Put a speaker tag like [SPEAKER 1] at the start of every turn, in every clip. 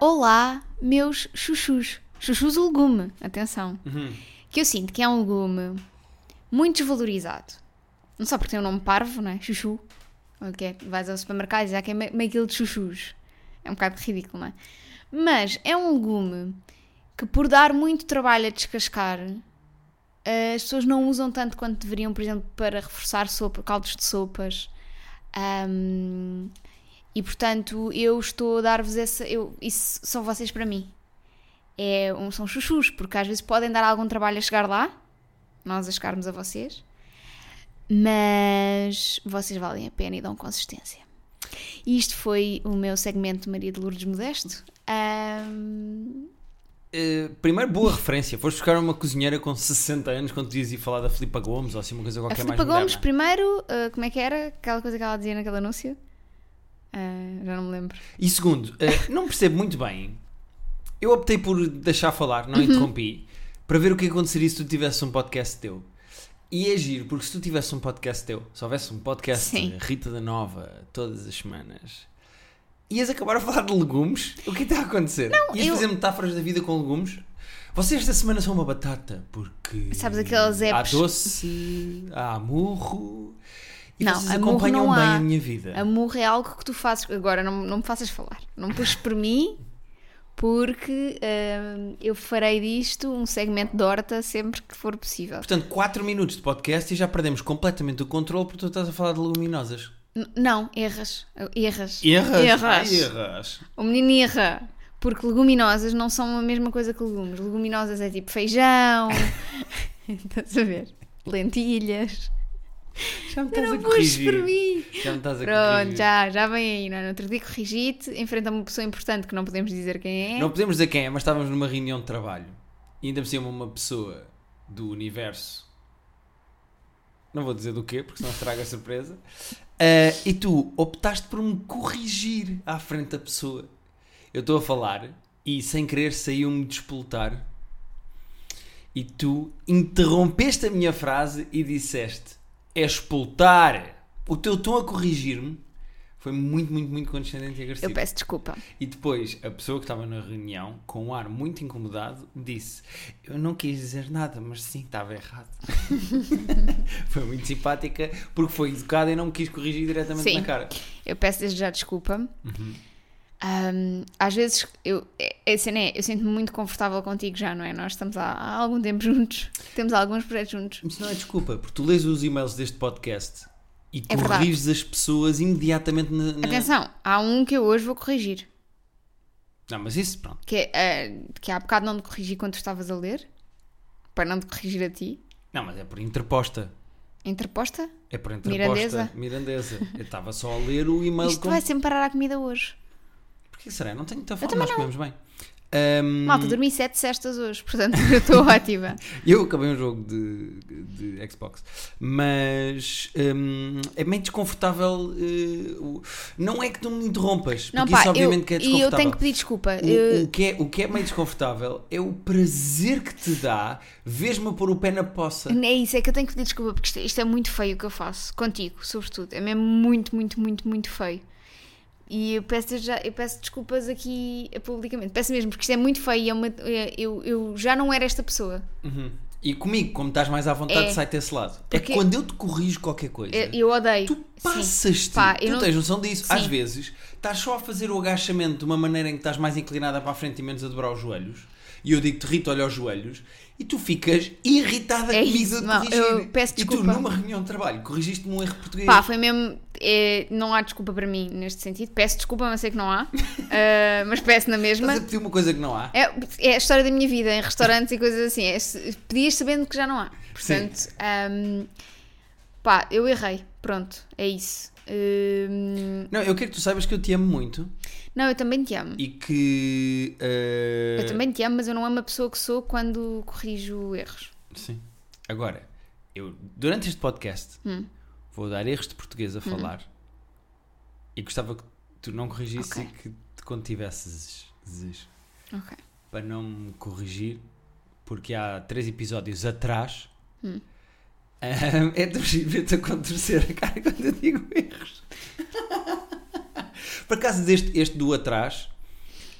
[SPEAKER 1] Olá, meus chuchus. Chuchus o legume, atenção. Que eu sinto que é um legume muito desvalorizado. Não só porque tem um nome parvo, não é? Chuchu. Ok, vais ao supermercado e dizes "Ah, que é me- meio quilo de chuchus. É um bocado ridículo, não é? Mas é um legume que, por dar muito trabalho a descascar, eh, as pessoas não usam tanto quanto deveriam, por exemplo, para reforçar sopa, caldos de sopas. Ahm, e portanto, eu estou a dar-vos essa. Eu, isso são vocês para mim. É, um- são chuchus, porque às vezes podem dar algum trabalho a chegar lá, nós a chegarmos a vocês, mas vocês valem a pena e dão consistência. E isto foi o meu segmento de Maria de Lourdes Modesto. Ahm,
[SPEAKER 2] Eh, primeiro, boa referência. Foste buscar uma cozinheira com 60 anos quando dizias ir falar da Filipa Gomes ou assim uma coisa
[SPEAKER 1] a
[SPEAKER 2] qualquer
[SPEAKER 1] Filipa
[SPEAKER 2] mais
[SPEAKER 1] Gomes,
[SPEAKER 2] moderna.
[SPEAKER 1] primeiro, ah, como é que era? Aquela coisa que ela dizia naquele anúncio? Ah, já não me lembro.
[SPEAKER 2] E segundo, eh, não percebo muito bem. Eu optei por deixar falar,
[SPEAKER 1] Uhum.
[SPEAKER 2] não interrompi, para ver o que aconteceria se tu tivesse um podcast teu. E é giro, porque se tu tivesse um podcast teu, se houvesse um podcast
[SPEAKER 1] Sim.
[SPEAKER 2] de Rita da Nova todas as semanas, ias acabar a falar de legumes? O que está a acontecer? Não, ias
[SPEAKER 1] eu-
[SPEAKER 2] fazer metáforas da vida com legumes? Vocês esta semana são uma batata, porque.
[SPEAKER 1] Sabes aqueles
[SPEAKER 2] Há
[SPEAKER 1] apps?
[SPEAKER 2] doce, há murro. E
[SPEAKER 1] Não,
[SPEAKER 2] vocês
[SPEAKER 1] amurro
[SPEAKER 2] acompanham
[SPEAKER 1] não
[SPEAKER 2] bem
[SPEAKER 1] há.
[SPEAKER 2] a minha vida.
[SPEAKER 1] Amor é algo que tu fazes. Agora, não, não me faças falar. Não puxes por mim, porque hum, eu farei disto um segmento de horta sempre que for possível.
[SPEAKER 2] Portanto, 4 minutos de podcast e já perdemos completamente o controle porque tu estás a falar de leguminosas.
[SPEAKER 1] N- não, erras. Erras.
[SPEAKER 2] Erras!
[SPEAKER 1] Erras.
[SPEAKER 2] Ai, erras!
[SPEAKER 1] O menino erra. Porque leguminosas não são a mesma coisa que legumes. Leguminosas é tipo feijão, estás a ver? Lentilhas.
[SPEAKER 2] Já me estás
[SPEAKER 1] Não
[SPEAKER 2] a
[SPEAKER 1] puxes
[SPEAKER 2] é corrigir.
[SPEAKER 1] por mim.
[SPEAKER 2] Já me estás a
[SPEAKER 1] Pronto,
[SPEAKER 2] corrigir.
[SPEAKER 1] já, já vem aí, não é? No outro dia corrigi-te, enfrenta uma pessoa importante que não podemos dizer quem é.
[SPEAKER 2] Não podemos dizer quem é, mas estávamos numa reunião de trabalho e ainda por cima uma pessoa do universo. Não vou dizer do quê, porque senão estraga a surpresa. Ah, e tu optaste por me corrigir à frente da pessoa. Eu estou a falar e sem querer saiu-me despoletar. E tu interrompeste a minha frase e disseste: É expultar. O teu tom a corrigir-me foi muito, muito, muito condescendente e agressivo.
[SPEAKER 1] Eu peço desculpa.
[SPEAKER 2] E depois, a pessoa que estava na reunião, com um ar muito incomodado, disse: Eu não quis dizer nada, mas sim, estava errado. foi muito simpática, porque foi educada e não me quis corrigir diretamente
[SPEAKER 1] Sim.
[SPEAKER 2] na cara.
[SPEAKER 1] Eu peço desde já desculpa.
[SPEAKER 2] Uhum.
[SPEAKER 1] Ahm, às vezes eu, é, é, assim, né, eu sinto-me muito confortável contigo já, não é? Nós estamos há, há algum tempo juntos, temos alguns projetos juntos.
[SPEAKER 2] Mas não é desculpa, porque tu lês os e-mails deste podcast e
[SPEAKER 1] É verdade.
[SPEAKER 2] corriges as pessoas imediatamente na. na-
[SPEAKER 1] Atenção, há um que eu hoje vou corrigir,
[SPEAKER 2] Não, mas isso, pronto.
[SPEAKER 1] que, é, ah, que há bocado não te corrigi quando tu estavas a ler, para não te corrigir a ti.
[SPEAKER 2] Não, mas é por interposta.
[SPEAKER 1] Interposta?
[SPEAKER 2] É por interposta.
[SPEAKER 1] Mirandesa.
[SPEAKER 2] Mirandesa. Eu estava só a ler o e-mail.
[SPEAKER 1] Isto
[SPEAKER 2] Com...
[SPEAKER 1] vai sempre parar à comida hoje.
[SPEAKER 2] Porquê será? Não tenho muita fome, nós comemos bem. Ahm,
[SPEAKER 1] Malta, dormi sete cestas hoje, portanto eu estou ótima.
[SPEAKER 2] Eu acabei um jogo de, de Xbox, mas hum, é meio desconfortável. eh, o- não é que tu me interrompas,
[SPEAKER 1] Não,
[SPEAKER 2] porque
[SPEAKER 1] pá,
[SPEAKER 2] isso obviamente
[SPEAKER 1] eu,
[SPEAKER 2] que é
[SPEAKER 1] e eu
[SPEAKER 2] desconfortável.
[SPEAKER 1] tenho que pedir desculpa.
[SPEAKER 2] O,
[SPEAKER 1] Eu-
[SPEAKER 2] o que é, o que é meio desconfortável é o prazer que te dá vês-me a pôr o pé na poça.
[SPEAKER 1] É isso, é que eu tenho que pedir desculpa porque isto, isto é muito feio o que eu faço, contigo, sobretudo. É mesmo muito, muito, muito, muito feio. E eu peço, desde já, eu peço desculpas aqui eh, publicamente. Peço mesmo, porque isto é muito feio e é uma, eh, eu, eu já não era esta pessoa.
[SPEAKER 2] Uhum. E comigo, como estás mais à vontade,
[SPEAKER 1] É.
[SPEAKER 2] sai desse lado.
[SPEAKER 1] Porque-
[SPEAKER 2] é que quando eu te corrijo qualquer coisa,
[SPEAKER 1] Eu, eu odeio.
[SPEAKER 2] é. tu
[SPEAKER 1] Sim.
[SPEAKER 2] passas-te.
[SPEAKER 1] Pá, eu
[SPEAKER 2] tu
[SPEAKER 1] não-
[SPEAKER 2] tens noção disso. Às
[SPEAKER 1] Sim.
[SPEAKER 2] vezes, estás só a fazer o agachamento de uma maneira em que estás mais inclinada para a frente e menos a dobrar os joelhos. E eu digo-te, Rita, olha aos joelhos. E tu ficas irritada
[SPEAKER 1] É
[SPEAKER 2] comigo
[SPEAKER 1] isso,
[SPEAKER 2] de
[SPEAKER 1] não,
[SPEAKER 2] corrigir.
[SPEAKER 1] eu peço
[SPEAKER 2] e tu,
[SPEAKER 1] desculpa.
[SPEAKER 2] numa reunião de trabalho, corrigiste-me um erro português.
[SPEAKER 1] Pá, foi mesmo. eh, não há desculpa para mim neste sentido. Peço desculpa, mas sei que não há. Eh, mas peço na
[SPEAKER 2] Estás
[SPEAKER 1] mesma.
[SPEAKER 2] a pedir uma coisa que não há.
[SPEAKER 1] É, é a história da minha vida em restaurantes e coisas assim. É, se- pedias sabendo que já não há. Portanto, hum, pá, eu errei. Pronto, é isso. Hum,
[SPEAKER 2] Não, eu quero que tu saibas que eu te amo muito
[SPEAKER 1] não, eu também te amo.
[SPEAKER 2] e que. eh,
[SPEAKER 1] Eu também te amo, mas eu não amo a pessoa que sou quando corrijo erros.
[SPEAKER 2] Sim. Agora, eu durante este podcast vou dar erros de português a falar e gostava que tu não corrigisses
[SPEAKER 1] Ok.
[SPEAKER 2] e que te contivesses zs,
[SPEAKER 1] Ok.
[SPEAKER 2] para não me corrigir, porque há três episódios atrás ahm, é terrível ver-te a contorcer a cara quando eu digo erros. Por acaso, este, este do atrás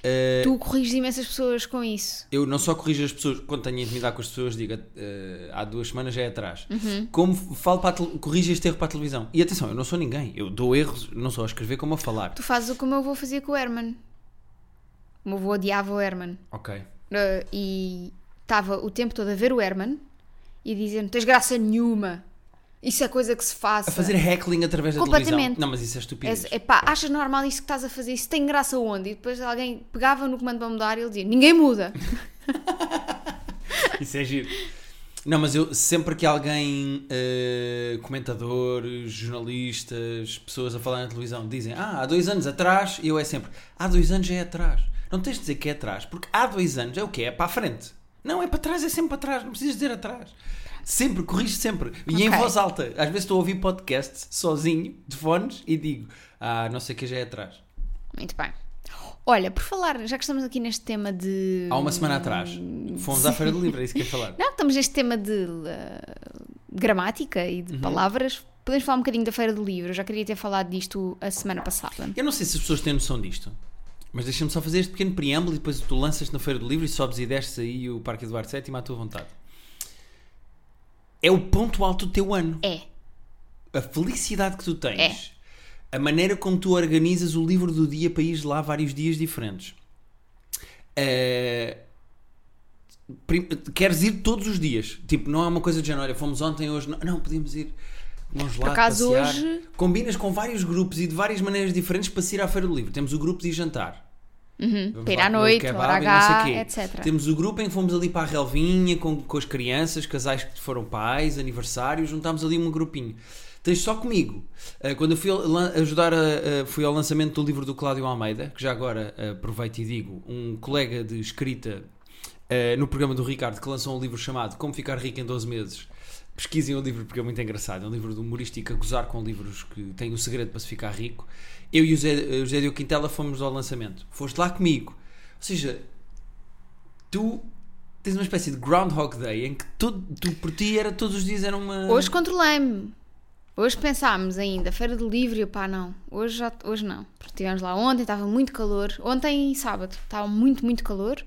[SPEAKER 2] Eh,
[SPEAKER 1] Tu corriges imensas pessoas com isso.
[SPEAKER 2] Eu não só corrijo as pessoas, quando tenho intimidade com as pessoas, digo eh, há duas semanas já é atrás.
[SPEAKER 1] Uhum.
[SPEAKER 2] Como falo para a tele- corrijo este erro para a televisão. E atenção, eu não sou ninguém. Eu dou erros, não só a escrever como a falar.
[SPEAKER 1] Tu fazes o que o meu avô fazia com o Herman. O meu avô odiava o Herman.
[SPEAKER 2] Ok.
[SPEAKER 1] Eh, e estava o tempo todo a ver o Herman e a dizer: Não tens graça nenhuma. Isso é coisa que se faça.
[SPEAKER 2] A fazer heckling através da
[SPEAKER 1] Completamente.
[SPEAKER 2] televisão. Não, mas isso é estupidez.
[SPEAKER 1] É, epá, achas normal isso que estás a fazer? Isso tem graça onde? E depois alguém pegava no comando para mudar e ele dizia: Ninguém muda.
[SPEAKER 2] Isso é giro. Não, mas eu sempre que alguém, eh, comentadores, jornalistas, pessoas a falar na televisão, dizem ah, há dois anos atrás, eu é sempre há dois anos já é atrás. Não tens de dizer que é atrás, porque há dois anos é o quê? É para a frente. Não, é para trás, é sempre para trás, não precisas dizer atrás. Sempre, corrige sempre. E em
[SPEAKER 1] Ok.
[SPEAKER 2] voz alta. Às vezes estou a ouvir podcast sozinho, de fones, e digo ah, não sei o que já é atrás.
[SPEAKER 1] Muito bem. Olha, por falar, já que estamos aqui neste tema de.
[SPEAKER 2] Há uma semana atrás fomos à Feira do Livro, é isso que eu ia falar.
[SPEAKER 1] Não, estamos neste tema de uh, gramática e de palavras. Podemos falar um bocadinho da Feira do Livro. Eu já queria ter falado disto a semana passada.
[SPEAKER 2] Eu não sei se as pessoas têm noção disto, mas deixa-me só fazer este pequeno preâmbulo e depois tu lanças na Feira do Livro e sobes e desces aí o Parque Eduardo VII à tua vontade. É o ponto alto do teu ano.
[SPEAKER 1] É.
[SPEAKER 2] A felicidade que tu tens.
[SPEAKER 1] É.
[SPEAKER 2] A maneira como tu organizas o livro do dia para ires lá vários dias diferentes. É, prim- Queres ir todos os dias. Tipo, não é uma coisa de género. Olha, fomos ontem, hoje. Não, não podíamos ir. Vamos lá,
[SPEAKER 1] acaso,
[SPEAKER 2] passear.
[SPEAKER 1] hoje-
[SPEAKER 2] Combinas com vários grupos e de várias maneiras diferentes para se ir à Feira do Livro. Temos o grupo de ir jantar. Vamos
[SPEAKER 1] Uhum. Para ir
[SPEAKER 2] lá
[SPEAKER 1] à
[SPEAKER 2] comer o
[SPEAKER 1] noite, um
[SPEAKER 2] kebab
[SPEAKER 1] hora
[SPEAKER 2] e não sei
[SPEAKER 1] H,
[SPEAKER 2] quê.
[SPEAKER 1] etc.
[SPEAKER 2] Temos o grupo em que fomos ali para a relvinha com, com as crianças, casais que foram pais, aniversários, juntámos ali um grupinho. Tens só comigo. Eh, quando eu fui ao lan- ajudar, a- a- fui ao lançamento do livro do Cláudio Almeida, que já agora eh, aproveito e digo, um colega de escrita eh, no programa do Ricardo que lançou um livro chamado Como Ficar Rico em 12 Meses. Pesquisem o livro porque é muito engraçado. É um livro de humorística, a gozar com livros que têm o segredo para se ficar rico. Eu e o José, o José Diogo Quintela fomos ao lançamento. Foste lá comigo. Ou seja, tu tens uma espécie de Groundhog Day em que todo, tu por ti era todos os dias era uma.
[SPEAKER 1] Hoje controlei-me. Hoje pensámos ainda, Feira do Livro, e eu, pá, não. Hoje, já, hoje não. Porque estivemos lá ontem, estava muito calor. Ontem e sábado, estava muito, muito calor.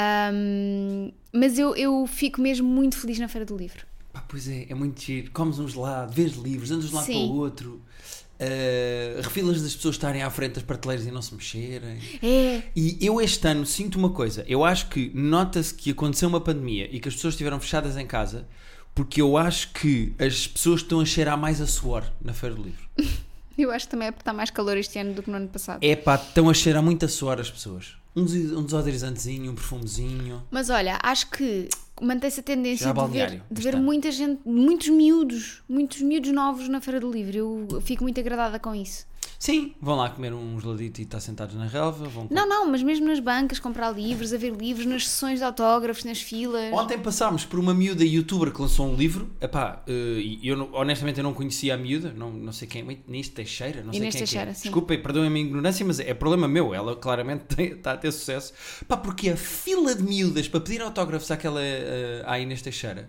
[SPEAKER 1] Ahm, mas eu, eu fico mesmo muito feliz na Feira do Livro.
[SPEAKER 2] Pá, pois é, é muito giro. Comes um gelado, vês livros, andas de um lado
[SPEAKER 1] Sim.
[SPEAKER 2] para o outro, uh, refilas das pessoas estarem à frente das prateleiras e não se mexerem.
[SPEAKER 1] É,
[SPEAKER 2] E eu este ano sinto uma coisa. Eu acho que nota-se que aconteceu uma pandemia e que as pessoas estiveram fechadas em casa porque eu acho que as pessoas estão a cheirar mais a suor na Feira do Livro.
[SPEAKER 1] eu acho que também é porque está mais calor este ano do que no ano passado.
[SPEAKER 2] É pá, estão a cheirar muito a suor as pessoas. Um, des- um desodorizantezinho, um perfumezinho.
[SPEAKER 1] Mas olha, acho que mantém-se a
[SPEAKER 2] Já
[SPEAKER 1] tendência
[SPEAKER 2] há
[SPEAKER 1] de ver,
[SPEAKER 2] balneário,
[SPEAKER 1] de
[SPEAKER 2] este
[SPEAKER 1] ver
[SPEAKER 2] ano.
[SPEAKER 1] muita gente, muitos miúdos, muitos miúdos novos na Feira do Livro. Eu fico muito agradada com isso.
[SPEAKER 2] Sim, vão lá comer um geladito e estar sentados na relva. Vão
[SPEAKER 1] Não, não, mas mesmo nas bancas, comprar livros, a ver livros, nas sessões de autógrafos, nas filas.
[SPEAKER 2] Ontem passámos por uma miúda youtuber que lançou um livro. Epá, eh, e eu não- honestamente eu não conhecia a miúda, não, não sei quem, é, Inês Teixeira, não sei
[SPEAKER 1] Inês
[SPEAKER 2] quem é que é.
[SPEAKER 1] Teixeira, sim.
[SPEAKER 2] Desculpem, perdoem a minha ignorância, mas é problema meu. Ela claramente tem- está a ter sucesso. Pá, porque a fila de miúdas para pedir autógrafos àquela, eh, à Inês Teixeira.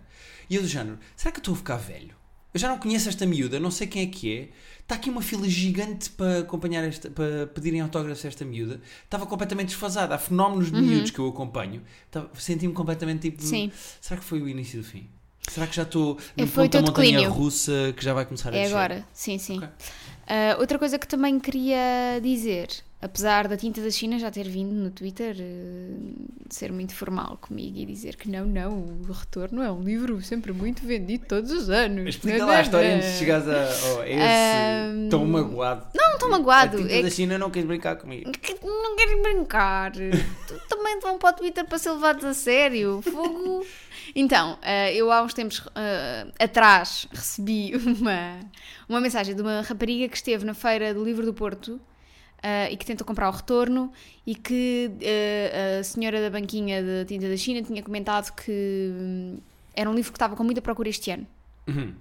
[SPEAKER 2] E eu do género, será que eu estou a ficar velho? Eu já não conheço esta miúda, não sei quem é que é. Está aqui uma fila gigante para acompanhar esta, para pedirem autógrafos a esta miúda. Estava completamente desfasada. Há fenómenos de miúdos que eu acompanho. Estava- Senti-me completamente tipo.
[SPEAKER 1] Uhum. Sim.
[SPEAKER 2] Será que foi o início do fim? Será que já estou no
[SPEAKER 1] Foi o
[SPEAKER 2] ponto da
[SPEAKER 1] teu
[SPEAKER 2] montanha
[SPEAKER 1] declínio.
[SPEAKER 2] russa que já vai começar a
[SPEAKER 1] É
[SPEAKER 2] descer?
[SPEAKER 1] agora, sim, sim.
[SPEAKER 2] Ok.
[SPEAKER 1] Ah, outra coisa que também queria dizer, apesar da tinta da China já ter vindo no Twitter eh, ser muito formal comigo e dizer que não, não, o retorno é um livro sempre muito vendido todos os anos.
[SPEAKER 2] Explica lá a história antes de
[SPEAKER 1] chegar.
[SPEAKER 2] chegares a, a esse
[SPEAKER 1] é. Ahm,
[SPEAKER 2] tão magoado.
[SPEAKER 1] Não estou magoado.
[SPEAKER 2] A tinta
[SPEAKER 1] é
[SPEAKER 2] da
[SPEAKER 1] que-
[SPEAKER 2] China não quis brincar comigo.
[SPEAKER 1] que não querem brincar. tu também vão para o Twitter para ser levados a sério. Fogo. Então, eh, eu há uns tempos eh, atrás recebi uma, uma mensagem de uma rapariga que esteve na feira do Livro do Porto eh, e que tentou comprar o retorno e que eh, a senhora da banquinha da tinta da China tinha comentado que hum, era um livro que estava com muita procura este ano
[SPEAKER 2] Uhum.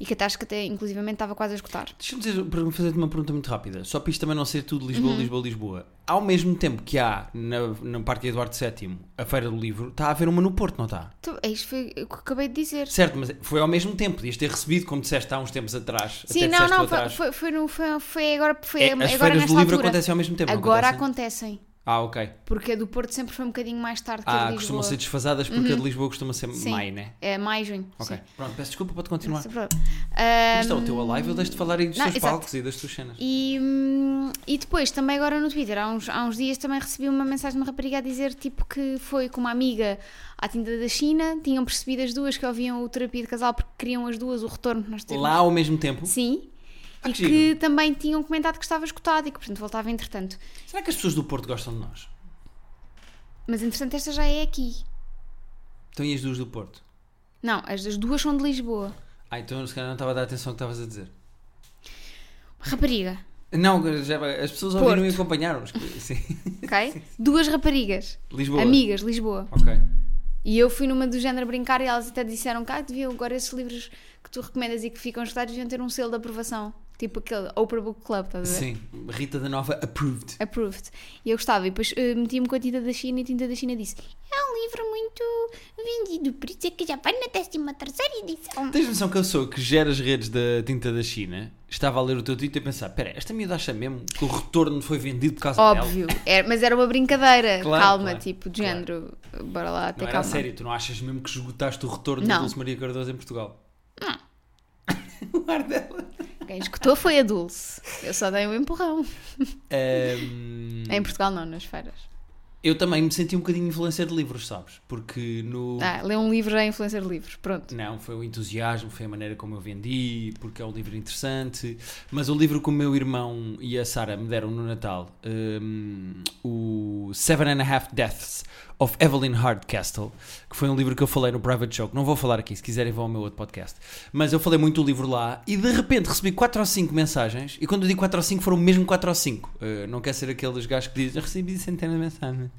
[SPEAKER 1] e que a tasca até inclusivamente estava quase a esgotar.
[SPEAKER 2] Deixa-me dizer- para fazer-te uma pergunta muito rápida, só para isto também não ser tudo Lisboa,
[SPEAKER 1] Uhum.
[SPEAKER 2] Lisboa, Lisboa. Ao mesmo tempo que há na, no Parque Eduardo VII a Feira do Livro, está a haver uma no Porto, não está?
[SPEAKER 1] Então, é isto foi o que acabei de dizer.
[SPEAKER 2] Certo, mas foi ao mesmo tempo, podias ter recebido, como disseste há uns tempos atrás.
[SPEAKER 1] Sim,
[SPEAKER 2] até
[SPEAKER 1] não,
[SPEAKER 2] disseste tu
[SPEAKER 1] não,
[SPEAKER 2] atrás.
[SPEAKER 1] foi, foi, no- foi, foi agora, foi
[SPEAKER 2] É, as
[SPEAKER 1] agora
[SPEAKER 2] feiras
[SPEAKER 1] nesta
[SPEAKER 2] do livro
[SPEAKER 1] altura.
[SPEAKER 2] acontecem ao mesmo tempo. não
[SPEAKER 1] agora
[SPEAKER 2] acontecem?
[SPEAKER 1] acontecem.
[SPEAKER 2] Ah, ok.
[SPEAKER 1] Porque a do Porto sempre foi um bocadinho mais tarde que a
[SPEAKER 2] Ah,
[SPEAKER 1] de Lisboa.
[SPEAKER 2] costumam ser desfasadas porque a de Lisboa costuma ser
[SPEAKER 1] Uhum. Sim.
[SPEAKER 2] maio, né?
[SPEAKER 1] É maio, junho.
[SPEAKER 2] Ok.
[SPEAKER 1] sim.
[SPEAKER 2] Pronto, peço desculpa, pode continuar.
[SPEAKER 1] Sem problema. Ahm,
[SPEAKER 2] Isto é o teu alive, eu deixo-te falar aí dos
[SPEAKER 1] Hum. não,
[SPEAKER 2] teus
[SPEAKER 1] exato.
[SPEAKER 2] palcos e das tuas cenas.
[SPEAKER 1] E, hum, e depois, também agora no Twitter, há uns, há uns dias também recebi uma mensagem de uma rapariga a dizer tipo que foi com uma amiga à tinta da China, tinham percebido as duas que ouviam o terapia de casal porque queriam as duas o retorno que nós temos.
[SPEAKER 2] Lá ao mesmo tempo?
[SPEAKER 1] Sim.
[SPEAKER 2] Ah,
[SPEAKER 1] e
[SPEAKER 2] que
[SPEAKER 1] que,
[SPEAKER 2] giro.
[SPEAKER 1] também tinham comentado que estava escutado e que, portanto, voltava entretanto.
[SPEAKER 2] Será que as pessoas do Porto gostam de nós?
[SPEAKER 1] Mas, entretanto, esta já é aqui.
[SPEAKER 2] Então e as duas do Porto?
[SPEAKER 1] Não, as as duas são de Lisboa.
[SPEAKER 2] Ah, então se calhar não estava a dar atenção ao que estavas a dizer.
[SPEAKER 1] Rapariga,
[SPEAKER 2] Não, já, as pessoas ouviram e
[SPEAKER 1] Porto.
[SPEAKER 2] acompanharam. Sim.
[SPEAKER 1] ok? Duas raparigas.
[SPEAKER 2] Lisboa.
[SPEAKER 1] Amigas, Lisboa.
[SPEAKER 2] Ok.
[SPEAKER 1] E eu fui numa do género brincar e elas até disseram cá deviam agora esses livros que tu recomendas e que ficam escutados deviam ter um selo de aprovação. Tipo aquele Oprah Book Club, estás a ver?
[SPEAKER 2] Sim. Rita da Nova approved.
[SPEAKER 1] Approved. E eu gostava. E depois eh, meti-me com a tinta da China e a tinta da China disse é um livro muito vendido, por isso é que já vai na 13 terceira edição.
[SPEAKER 2] Tens noção que eu sou que gera as redes da tinta da China? Estava a ler o teu título e a pensar: pera, esta miúda acha mesmo que o retorno foi vendido por causa dela?
[SPEAKER 1] Óbvio. Era- mas era uma brincadeira.
[SPEAKER 2] Claro,
[SPEAKER 1] calma,
[SPEAKER 2] claro,
[SPEAKER 1] tipo, de
[SPEAKER 2] claro.
[SPEAKER 1] género. Bora lá, até
[SPEAKER 2] Não era a
[SPEAKER 1] calma.
[SPEAKER 2] sério, tu não achas mesmo que esgotaste o retorno da
[SPEAKER 1] Não.
[SPEAKER 2] Dulce Maria Cardoso em Portugal? Não. o ar dela.
[SPEAKER 1] Quem escutou foi a Dulce. Eu só dei um empurrão.
[SPEAKER 2] Ahm,
[SPEAKER 1] Em Portugal não, nas feiras.
[SPEAKER 2] eu também me senti um bocadinho influencer de livros, sabes? Porque no.
[SPEAKER 1] Ah, lê um livro já é influencer de livros, pronto.
[SPEAKER 2] Não, foi o entusiasmo, foi a maneira como eu vendi, porque é um livro interessante. Mas o livro que o meu irmão e a Sara me deram no Natal, hum, o Seven and a Half Deaths of Evelyn Hardcastle, que foi um livro que eu falei no Private Show, que não vou falar aqui, se quiserem vão ao meu outro podcast. Mas eu falei muito o livro lá e de repente recebi 4 ou 5 mensagens. E quando eu digo 4 ou 5, foram mesmo 4 ou 5. Uh, não quer ser aqueles gajos que dizem, "Eu recebi centenas de mensagens.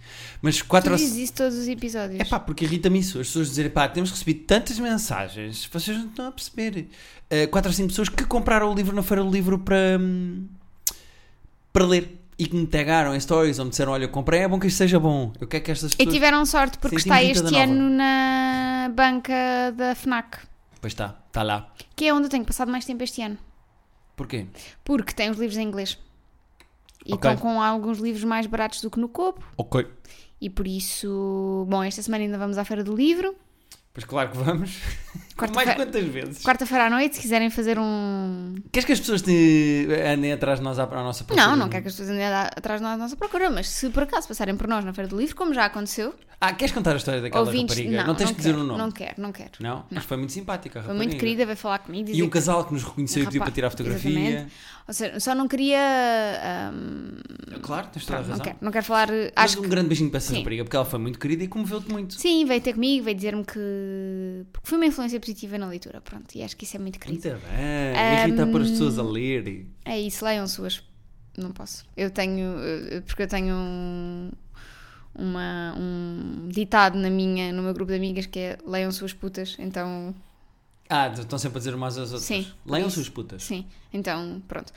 [SPEAKER 2] Mas 4
[SPEAKER 1] Tu
[SPEAKER 2] ou
[SPEAKER 1] dizes isso todos os episódios.
[SPEAKER 2] é pá, porque irrita-me isso. As pessoas dizerem, pá, temos recebido tantas mensagens, vocês não estão a perceber. Eh, Quatro ou cinco pessoas que compraram o livro na Feira do Livro para, hum, para ler e que me tagaram em stories ou me disseram, olha, eu comprei, é bom que isto seja bom. Eu quero que estas
[SPEAKER 1] E
[SPEAKER 2] pessoas.
[SPEAKER 1] tiveram sorte porque
[SPEAKER 2] Senti-me
[SPEAKER 1] está
[SPEAKER 2] Rita da
[SPEAKER 1] este
[SPEAKER 2] Nova.
[SPEAKER 1] ano na banca da FNAC,
[SPEAKER 2] Pois está, está lá.
[SPEAKER 1] que é onde eu tenho passado mais tempo este ano.
[SPEAKER 2] Porquê?
[SPEAKER 1] Porque tem os livros em inglês. E
[SPEAKER 2] Ok.
[SPEAKER 1] estão com alguns livros mais baratos do que no Copo.
[SPEAKER 2] Ok.
[SPEAKER 1] E por isso, bom, esta semana ainda vamos à Feira do Livro.
[SPEAKER 2] Pois claro que vamos. Mais
[SPEAKER 1] Quarta-feira
[SPEAKER 2] quantas vezes?
[SPEAKER 1] quarta-feira à noite, se quiserem fazer um.
[SPEAKER 2] Queres que as pessoas te eh, andem atrás de nós à, à nossa procura?
[SPEAKER 1] Não, não quero que as pessoas andem a- atrás da nossa procura, mas se por acaso passarem por nós na Feira do Livro, como já aconteceu,
[SPEAKER 2] Ah, queres contar a história daquela
[SPEAKER 1] ouvintes.
[SPEAKER 2] rapariga? Não, tens que dizer
[SPEAKER 1] quero,
[SPEAKER 2] o nome.
[SPEAKER 1] Não quero, não quero.
[SPEAKER 2] Não? Mas foi muito simpática, a
[SPEAKER 1] Foi
[SPEAKER 2] rapariga.
[SPEAKER 1] muito querida, veio falar comigo. Dizer
[SPEAKER 2] E um casal que nos reconheceu e pediu
[SPEAKER 1] Rapaz,
[SPEAKER 2] para tirar a fotografia.
[SPEAKER 1] exatamente. Ou seja, só não queria. ahm,
[SPEAKER 2] Claro, tens toda a
[SPEAKER 1] não,
[SPEAKER 2] razão.
[SPEAKER 1] quero, não quero falar.
[SPEAKER 2] Mas
[SPEAKER 1] Acho
[SPEAKER 2] um
[SPEAKER 1] que.
[SPEAKER 2] grande beijinho para essa
[SPEAKER 1] Sim.
[SPEAKER 2] rapariga, porque ela foi muito querida e comoveu-te muito.
[SPEAKER 1] Sim, veio ter comigo, veio dizer-me que. Porque foi uma influência positiva na leitura, pronto, e acho que isso é muito querido.
[SPEAKER 2] Muito bem. Irrita para as pessoas a ler.
[SPEAKER 1] É isso, leiam suas. Não posso. Eu tenho. eh, Porque eu tenho um. Uma, um ditado na minha, no meu grupo de amigas que é leiam suas putas, então
[SPEAKER 2] Ah, estão sempre a dizer umas às outras.
[SPEAKER 1] Sim,
[SPEAKER 2] Leiam
[SPEAKER 1] isso.
[SPEAKER 2] suas putas.
[SPEAKER 1] sim, então pronto.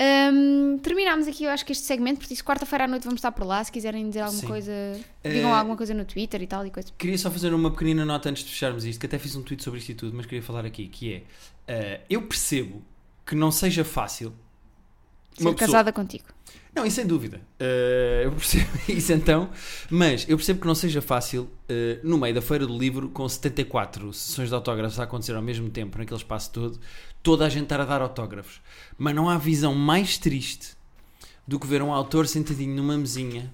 [SPEAKER 1] Ahm, terminámos aqui, eu acho que este segmento, por isso quarta-feira à noite vamos estar por lá, se quiserem dizer alguma
[SPEAKER 2] Sim.
[SPEAKER 1] coisa,
[SPEAKER 2] Eh,
[SPEAKER 1] digam alguma coisa no Twitter e tal e coisa.
[SPEAKER 2] Queria só fazer uma pequenina nota antes de fecharmos isto, que até fiz um tweet sobre isto e tudo, mas queria falar aqui, que é... ah, eu percebo que não seja fácil...
[SPEAKER 1] Ser casada contigo.
[SPEAKER 2] Não, isso sem dúvida. Eh, eu percebo isso então. Mas eu percebo que não seja fácil, eh, no meio da feira do livro, com 74 sessões de autógrafos a acontecer ao mesmo tempo, naquele espaço todo, toda a gente estar a dar autógrafos. Mas não há visão mais triste do que ver um autor sentadinho numa mesinha,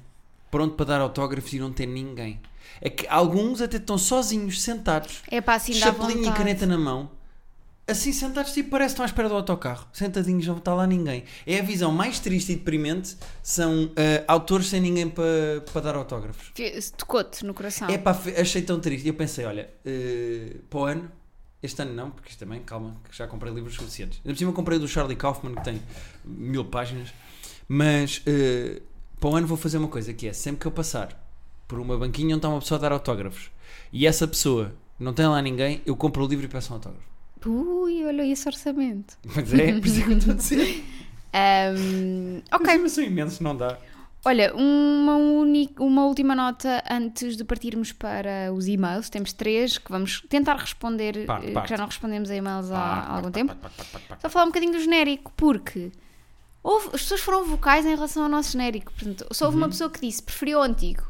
[SPEAKER 2] pronto para dar autógrafos e não ter ninguém. É que alguns até estão sozinhos, sentados,
[SPEAKER 1] É para assim dar
[SPEAKER 2] chapelinha e
[SPEAKER 1] vontade.
[SPEAKER 2] caneta na mão, assim sentados, tipo, parece que estão à espera do autocarro, sentadinhos, não está lá ninguém. É a visão mais triste e deprimente, são ah, autores sem ninguém para para dar autógrafos.
[SPEAKER 1] Fe- Tocou-te no coração.
[SPEAKER 2] É pá, fe- achei tão triste. E eu pensei, olha, eh, para o ano, este ano não, porque isto também, calma, que já comprei livros suficientes. Ainda por cima comprei o do Charlie Kaufman, que tem mil páginas. Mas eh, para o ano vou fazer uma coisa, que é sempre que eu passar por uma banquinha onde está uma pessoa a dar autógrafos e essa pessoa não tem lá ninguém, eu compro o livro e peço um autógrafo.
[SPEAKER 1] Ui, olha esse orçamento.
[SPEAKER 2] Mas é, por isso é que eu estou a dizer.
[SPEAKER 1] Ahm,
[SPEAKER 2] Os
[SPEAKER 1] Uhum. ok,
[SPEAKER 2] livros são imensos, assim, não dá.
[SPEAKER 1] olha, uma, uni- uma última nota antes de partirmos para os e-mails. Temos três que vamos tentar responder,
[SPEAKER 2] Parte,
[SPEAKER 1] eh,
[SPEAKER 2] parte.
[SPEAKER 1] que já não respondemos a e-mails há
[SPEAKER 2] Pá, pá,
[SPEAKER 1] algum
[SPEAKER 2] pá,
[SPEAKER 1] tempo.
[SPEAKER 2] pá, pá, pá, pá, pá.
[SPEAKER 1] Só falar um bocadinho do genérico, porque Houve- as pessoas foram vocais em relação ao nosso genérico. Portanto, só houve
[SPEAKER 2] Uhum.
[SPEAKER 1] uma pessoa que disse, preferiu o antigo.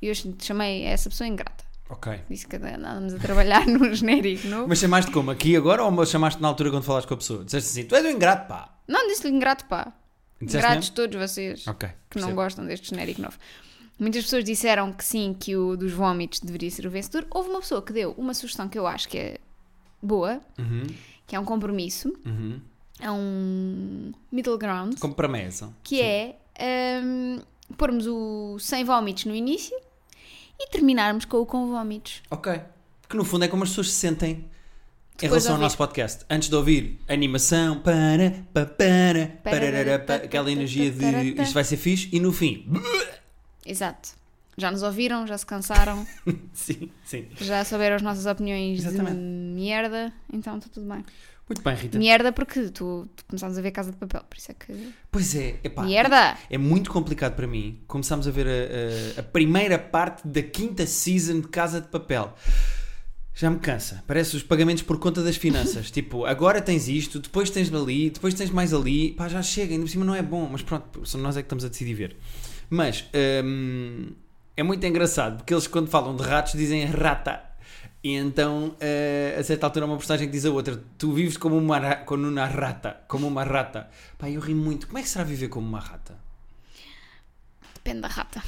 [SPEAKER 1] E eu chamei essa pessoa ingrata.
[SPEAKER 2] Ok.
[SPEAKER 1] Disse que andávamos a trabalhar num genérico novo.
[SPEAKER 2] Mas chamaste como? Aqui agora ou chamaste na altura quando falaste com a pessoa? Disseste assim, tu és um ingrato, pá.
[SPEAKER 1] Não, disse-lhe ingrato, pá.
[SPEAKER 2] Disseste
[SPEAKER 1] Ingratos todos vocês
[SPEAKER 2] Ok.
[SPEAKER 1] que não
[SPEAKER 2] percebo.
[SPEAKER 1] gostam deste genérico novo. Muitas pessoas disseram que sim, que o dos vómitos deveria ser o vencedor. Houve uma pessoa que deu uma sugestão que eu acho que é boa,
[SPEAKER 2] Uhum,
[SPEAKER 1] que é um compromisso,
[SPEAKER 2] uhum.
[SPEAKER 1] é um middle ground,
[SPEAKER 2] Como promessa.
[SPEAKER 1] que é hum, pormos o sem vómitos no início e terminarmos com o com vómitos.
[SPEAKER 2] Ok. Porque no fundo é como as pessoas se sentem em
[SPEAKER 1] Depois de
[SPEAKER 2] relação ao
[SPEAKER 1] ouvir.
[SPEAKER 2] nosso podcast. Antes de ouvir animação, para, pa, para, pararara, pa, aquela energia de isto vai ser fixe, e no fim.
[SPEAKER 1] Exato. Já nos ouviram, já se cansaram,
[SPEAKER 2] Sim, sim.
[SPEAKER 1] já souberam as nossas opiniões
[SPEAKER 2] Exatamente.
[SPEAKER 1] de merda, então está tudo bem.
[SPEAKER 2] Muito bem, Rita.
[SPEAKER 1] Merda porque tu, tu começámos a ver Casa de Papel, por isso é que...
[SPEAKER 2] Pois é, epá,
[SPEAKER 1] Merda!
[SPEAKER 2] é muito complicado para mim. Começámos a ver a, a- a primeira parte da quinta season de Casa de Papel. Já me cansa. Parece os pagamentos por conta das finanças. tipo, agora tens isto, depois tens ali, depois tens mais ali. Pá, já chega, ainda por cima não é bom. Mas pronto, só nós é que estamos a decidir ver. Mas hum, é muito engraçado porque eles, quando falam de ratos, dizem rata. E então, eh, a certa altura, há uma personagem que diz a outra: Tu vives como uma, ra- como uma rata. Como uma rata. Pá, eu ri muito. Como é que será viver como uma rata?
[SPEAKER 1] Depende da rata.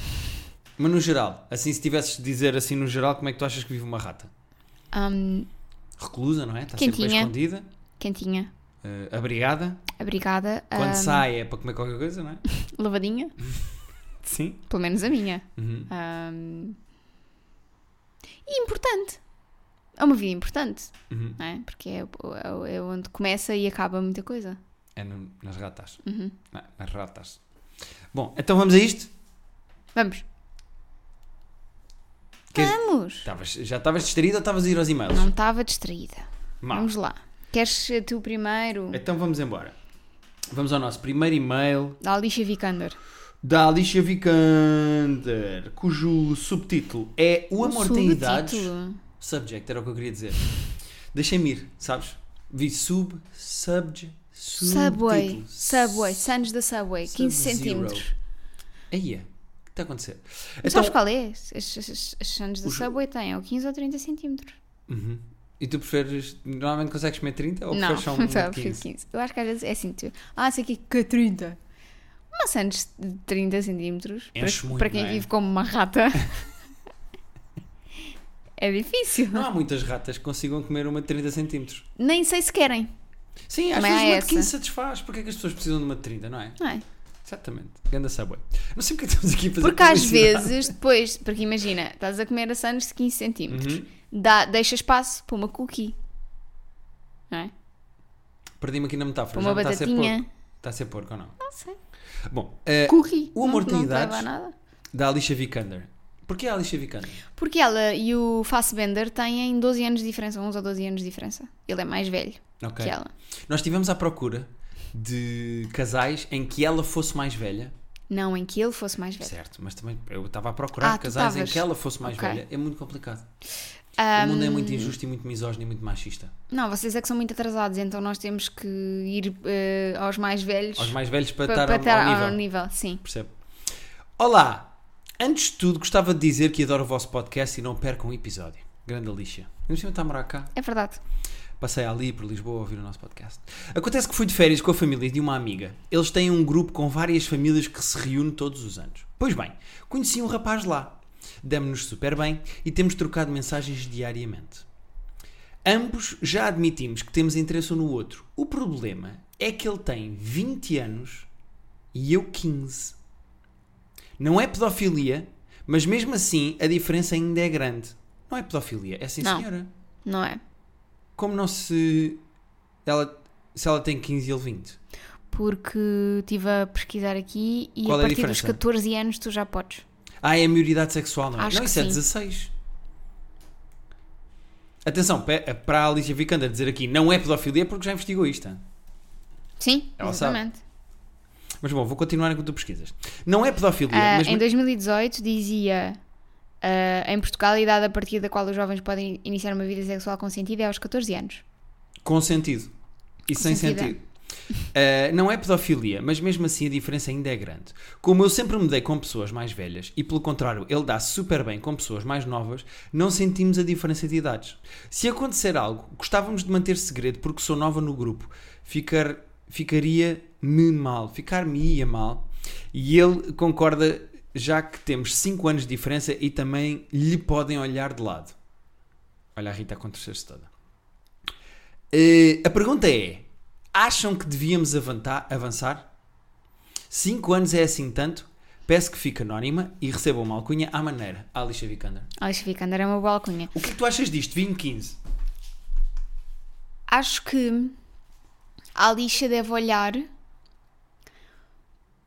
[SPEAKER 2] Mas no geral, assim, se tivesses de dizer assim no geral, como é que tu achas que vive uma rata?
[SPEAKER 1] Hum,
[SPEAKER 2] Reclusa, não é? Está sempre bem
[SPEAKER 1] Quentinha.
[SPEAKER 2] escondida,
[SPEAKER 1] quentinha,
[SPEAKER 2] eh, abrigada.
[SPEAKER 1] obrigada.
[SPEAKER 2] Quando
[SPEAKER 1] hum,
[SPEAKER 2] sai é para comer qualquer coisa, não é?
[SPEAKER 1] Lavadinha,
[SPEAKER 2] Sim.
[SPEAKER 1] pelo menos a minha.
[SPEAKER 2] Uhum.
[SPEAKER 1] Hum, e importante. É uma vida importante,
[SPEAKER 2] Uhum.
[SPEAKER 1] não é? Porque é, o- é onde começa e acaba muita coisa.
[SPEAKER 2] É no- nas ratas.
[SPEAKER 1] Uhum.
[SPEAKER 2] Na- nas ratas. Bom, então vamos a isto?
[SPEAKER 1] Vamos.
[SPEAKER 2] Queres-
[SPEAKER 1] Vamos!
[SPEAKER 2] Estavas- já estavas distraída ou estavas a ir aos e-mails?
[SPEAKER 1] Não estava distraída.
[SPEAKER 2] Má.
[SPEAKER 1] Vamos lá. Queres eh, tu primeiro?
[SPEAKER 2] Então vamos embora. Vamos ao nosso primeiro e-mail
[SPEAKER 1] Da Alicia Vikander.
[SPEAKER 2] da Alicia Vikander, cujo subtítulo é O Amor tem idades.
[SPEAKER 1] subtítulo.
[SPEAKER 2] Subject, era o que eu queria dizer. Deixei-me ir, sabes? Vi sub, subj,
[SPEAKER 1] Subway.
[SPEAKER 2] subtítulo.
[SPEAKER 1] Subway. Sands da Subway. 15
[SPEAKER 2] Sub-zero.
[SPEAKER 1] centímetros.
[SPEAKER 2] Aí é. O que está a acontecer?
[SPEAKER 1] Sabes qual é? As, as, as- as sandes da
[SPEAKER 2] Então- Os-
[SPEAKER 1] Subway têm ou 15 ou 30 centímetros.
[SPEAKER 2] Uhum. E tu preferes. Normalmente consegues comer 30 ou
[SPEAKER 1] não,
[SPEAKER 2] preferes só um de
[SPEAKER 1] só
[SPEAKER 2] 15?
[SPEAKER 1] 15. Eu acho que às vezes é assim, tu, ah, sei que que é 30. Uma sandes de 30 centímetros,
[SPEAKER 2] Enche
[SPEAKER 1] para,
[SPEAKER 2] muito,
[SPEAKER 1] para quem
[SPEAKER 2] não é?
[SPEAKER 1] vive como uma rata, é difícil.
[SPEAKER 2] Não há muitas ratas que consigam comer uma de 30 centímetros.
[SPEAKER 1] Nem sei se querem,
[SPEAKER 2] Sim, às
[SPEAKER 1] Também
[SPEAKER 2] vezes
[SPEAKER 1] há
[SPEAKER 2] uma de
[SPEAKER 1] essa.
[SPEAKER 2] 15 satisfaz. Porquê é que as pessoas precisam de uma de 30, não é?
[SPEAKER 1] não é?
[SPEAKER 2] Exatamente. Ganda Subway. Não sei porque é estamos aqui a fazer
[SPEAKER 1] Porque às
[SPEAKER 2] publicidade.
[SPEAKER 1] vezes, depois, porque imagina, estás a comer a sandes de 15 centímetros,
[SPEAKER 2] Uhum.
[SPEAKER 1] dá, deixa espaço para uma cookie, não é?
[SPEAKER 2] Perdi-me aqui na metáfora.
[SPEAKER 1] Para
[SPEAKER 2] Já
[SPEAKER 1] uma
[SPEAKER 2] me está a ser
[SPEAKER 1] batatinha.
[SPEAKER 2] porco. Está a ser porco ou não?
[SPEAKER 1] Não sei.
[SPEAKER 2] Bom, eh,
[SPEAKER 1] Cookie.
[SPEAKER 2] o amor
[SPEAKER 1] não,
[SPEAKER 2] tem
[SPEAKER 1] não
[SPEAKER 2] idades.
[SPEAKER 1] leva a nada.
[SPEAKER 2] da Alicia Vikander. Porquê a Alicia Vikander?
[SPEAKER 1] Porque ela e o Fassbender têm 12 anos de diferença, 11 ou 12 anos de diferença. Ele é mais velho
[SPEAKER 2] Ok.
[SPEAKER 1] que é ela.
[SPEAKER 2] Nós estivemos à procura de casais em que ela fosse mais velha,
[SPEAKER 1] Não em que ele fosse mais velho.
[SPEAKER 2] certo? Mas também eu estava a procurar
[SPEAKER 1] Ah, tu
[SPEAKER 2] casais em
[SPEAKER 1] estavas.
[SPEAKER 2] que ela fosse mais
[SPEAKER 1] Ok.
[SPEAKER 2] velha. É muito complicado.
[SPEAKER 1] Ah,
[SPEAKER 2] O mundo é muito injusto e muito misógino e muito machista.
[SPEAKER 1] não, vocês é que são muito atrasados, então nós temos que ir eh, aos mais velhos
[SPEAKER 2] Aos mais velhos para,
[SPEAKER 1] pa-
[SPEAKER 2] estar,
[SPEAKER 1] para
[SPEAKER 2] ao-
[SPEAKER 1] estar
[SPEAKER 2] ao, nível.
[SPEAKER 1] ao nível. Sim.
[SPEAKER 2] Percebe? Olá! Antes de tudo, gostava de dizer que adoro o vosso podcast e não percam um episódio. Grande Alicia. Vamos está a morar cá.
[SPEAKER 1] É verdade.
[SPEAKER 2] Passei ali por Lisboa a ouvir o nosso podcast. Acontece que fui de férias com a família de uma amiga. Eles têm um grupo com várias famílias que se reúne todos os anos. Pois bem, conheci um rapaz lá. Damos-nos super bem e temos trocado mensagens diariamente. Ambos já admitimos que temos interesse um no outro. O problema é que ele tem 20 anos e eu 15. Não é pedofilia, mas mesmo assim a diferença ainda é grande. Não é pedofilia, é sim
[SPEAKER 1] Não.
[SPEAKER 2] senhora
[SPEAKER 1] Não é?
[SPEAKER 2] como não se ela se ela tem 15 e ele 20
[SPEAKER 1] Porque estive a pesquisar aqui e
[SPEAKER 2] Qual é
[SPEAKER 1] a
[SPEAKER 2] a
[SPEAKER 1] partir dos
[SPEAKER 2] diferença?
[SPEAKER 1] 14 anos tu já podes.
[SPEAKER 2] ah é a maioridade sexual não é?
[SPEAKER 1] Acho
[SPEAKER 2] não
[SPEAKER 1] que
[SPEAKER 2] isso é
[SPEAKER 1] sim.
[SPEAKER 2] 16 atenção pe- para a Alicia Vikander dizer aqui não é pedofilia porque já investigou isto hein?
[SPEAKER 1] Sim,
[SPEAKER 2] Ela sabe.
[SPEAKER 1] exatamente.
[SPEAKER 2] mas bom vou continuar enquanto tu pesquisas não é pedofilia
[SPEAKER 1] Ah,
[SPEAKER 2] mas
[SPEAKER 1] em 2018 dizia ah, em Portugal a idade a partir da qual os jovens podem iniciar uma vida sexual consentida é aos 14 anos.
[SPEAKER 2] com sentido e sem
[SPEAKER 1] sentido, é.
[SPEAKER 2] sentido Uh, não é pedofilia, mas mesmo assim a diferença ainda é grande. Como eu sempre me dei com pessoas mais velhas e, pelo contrário, ele dá super bem com pessoas mais novas, não sentimos a diferença de idades. Se acontecer algo, gostávamos de manter segredo porque sou nova no grupo. Ficar, ficaria-me mal, ficar-me-ia mal. E ele concorda, já que temos 5 anos de diferença e também lhe podem olhar de lado. Olha a Rita a acontecer-se toda. Eh, a pergunta é: acham que devíamos avanta- avançar? 5 anos é assim tanto? Peço que fique anónima e receba uma alcunha à maneira. Alicia Vikander.
[SPEAKER 1] Alice Vikander é uma boa alcunha.
[SPEAKER 2] O que é que tu achas disto? 2015.
[SPEAKER 1] acho que a Alicia deve olhar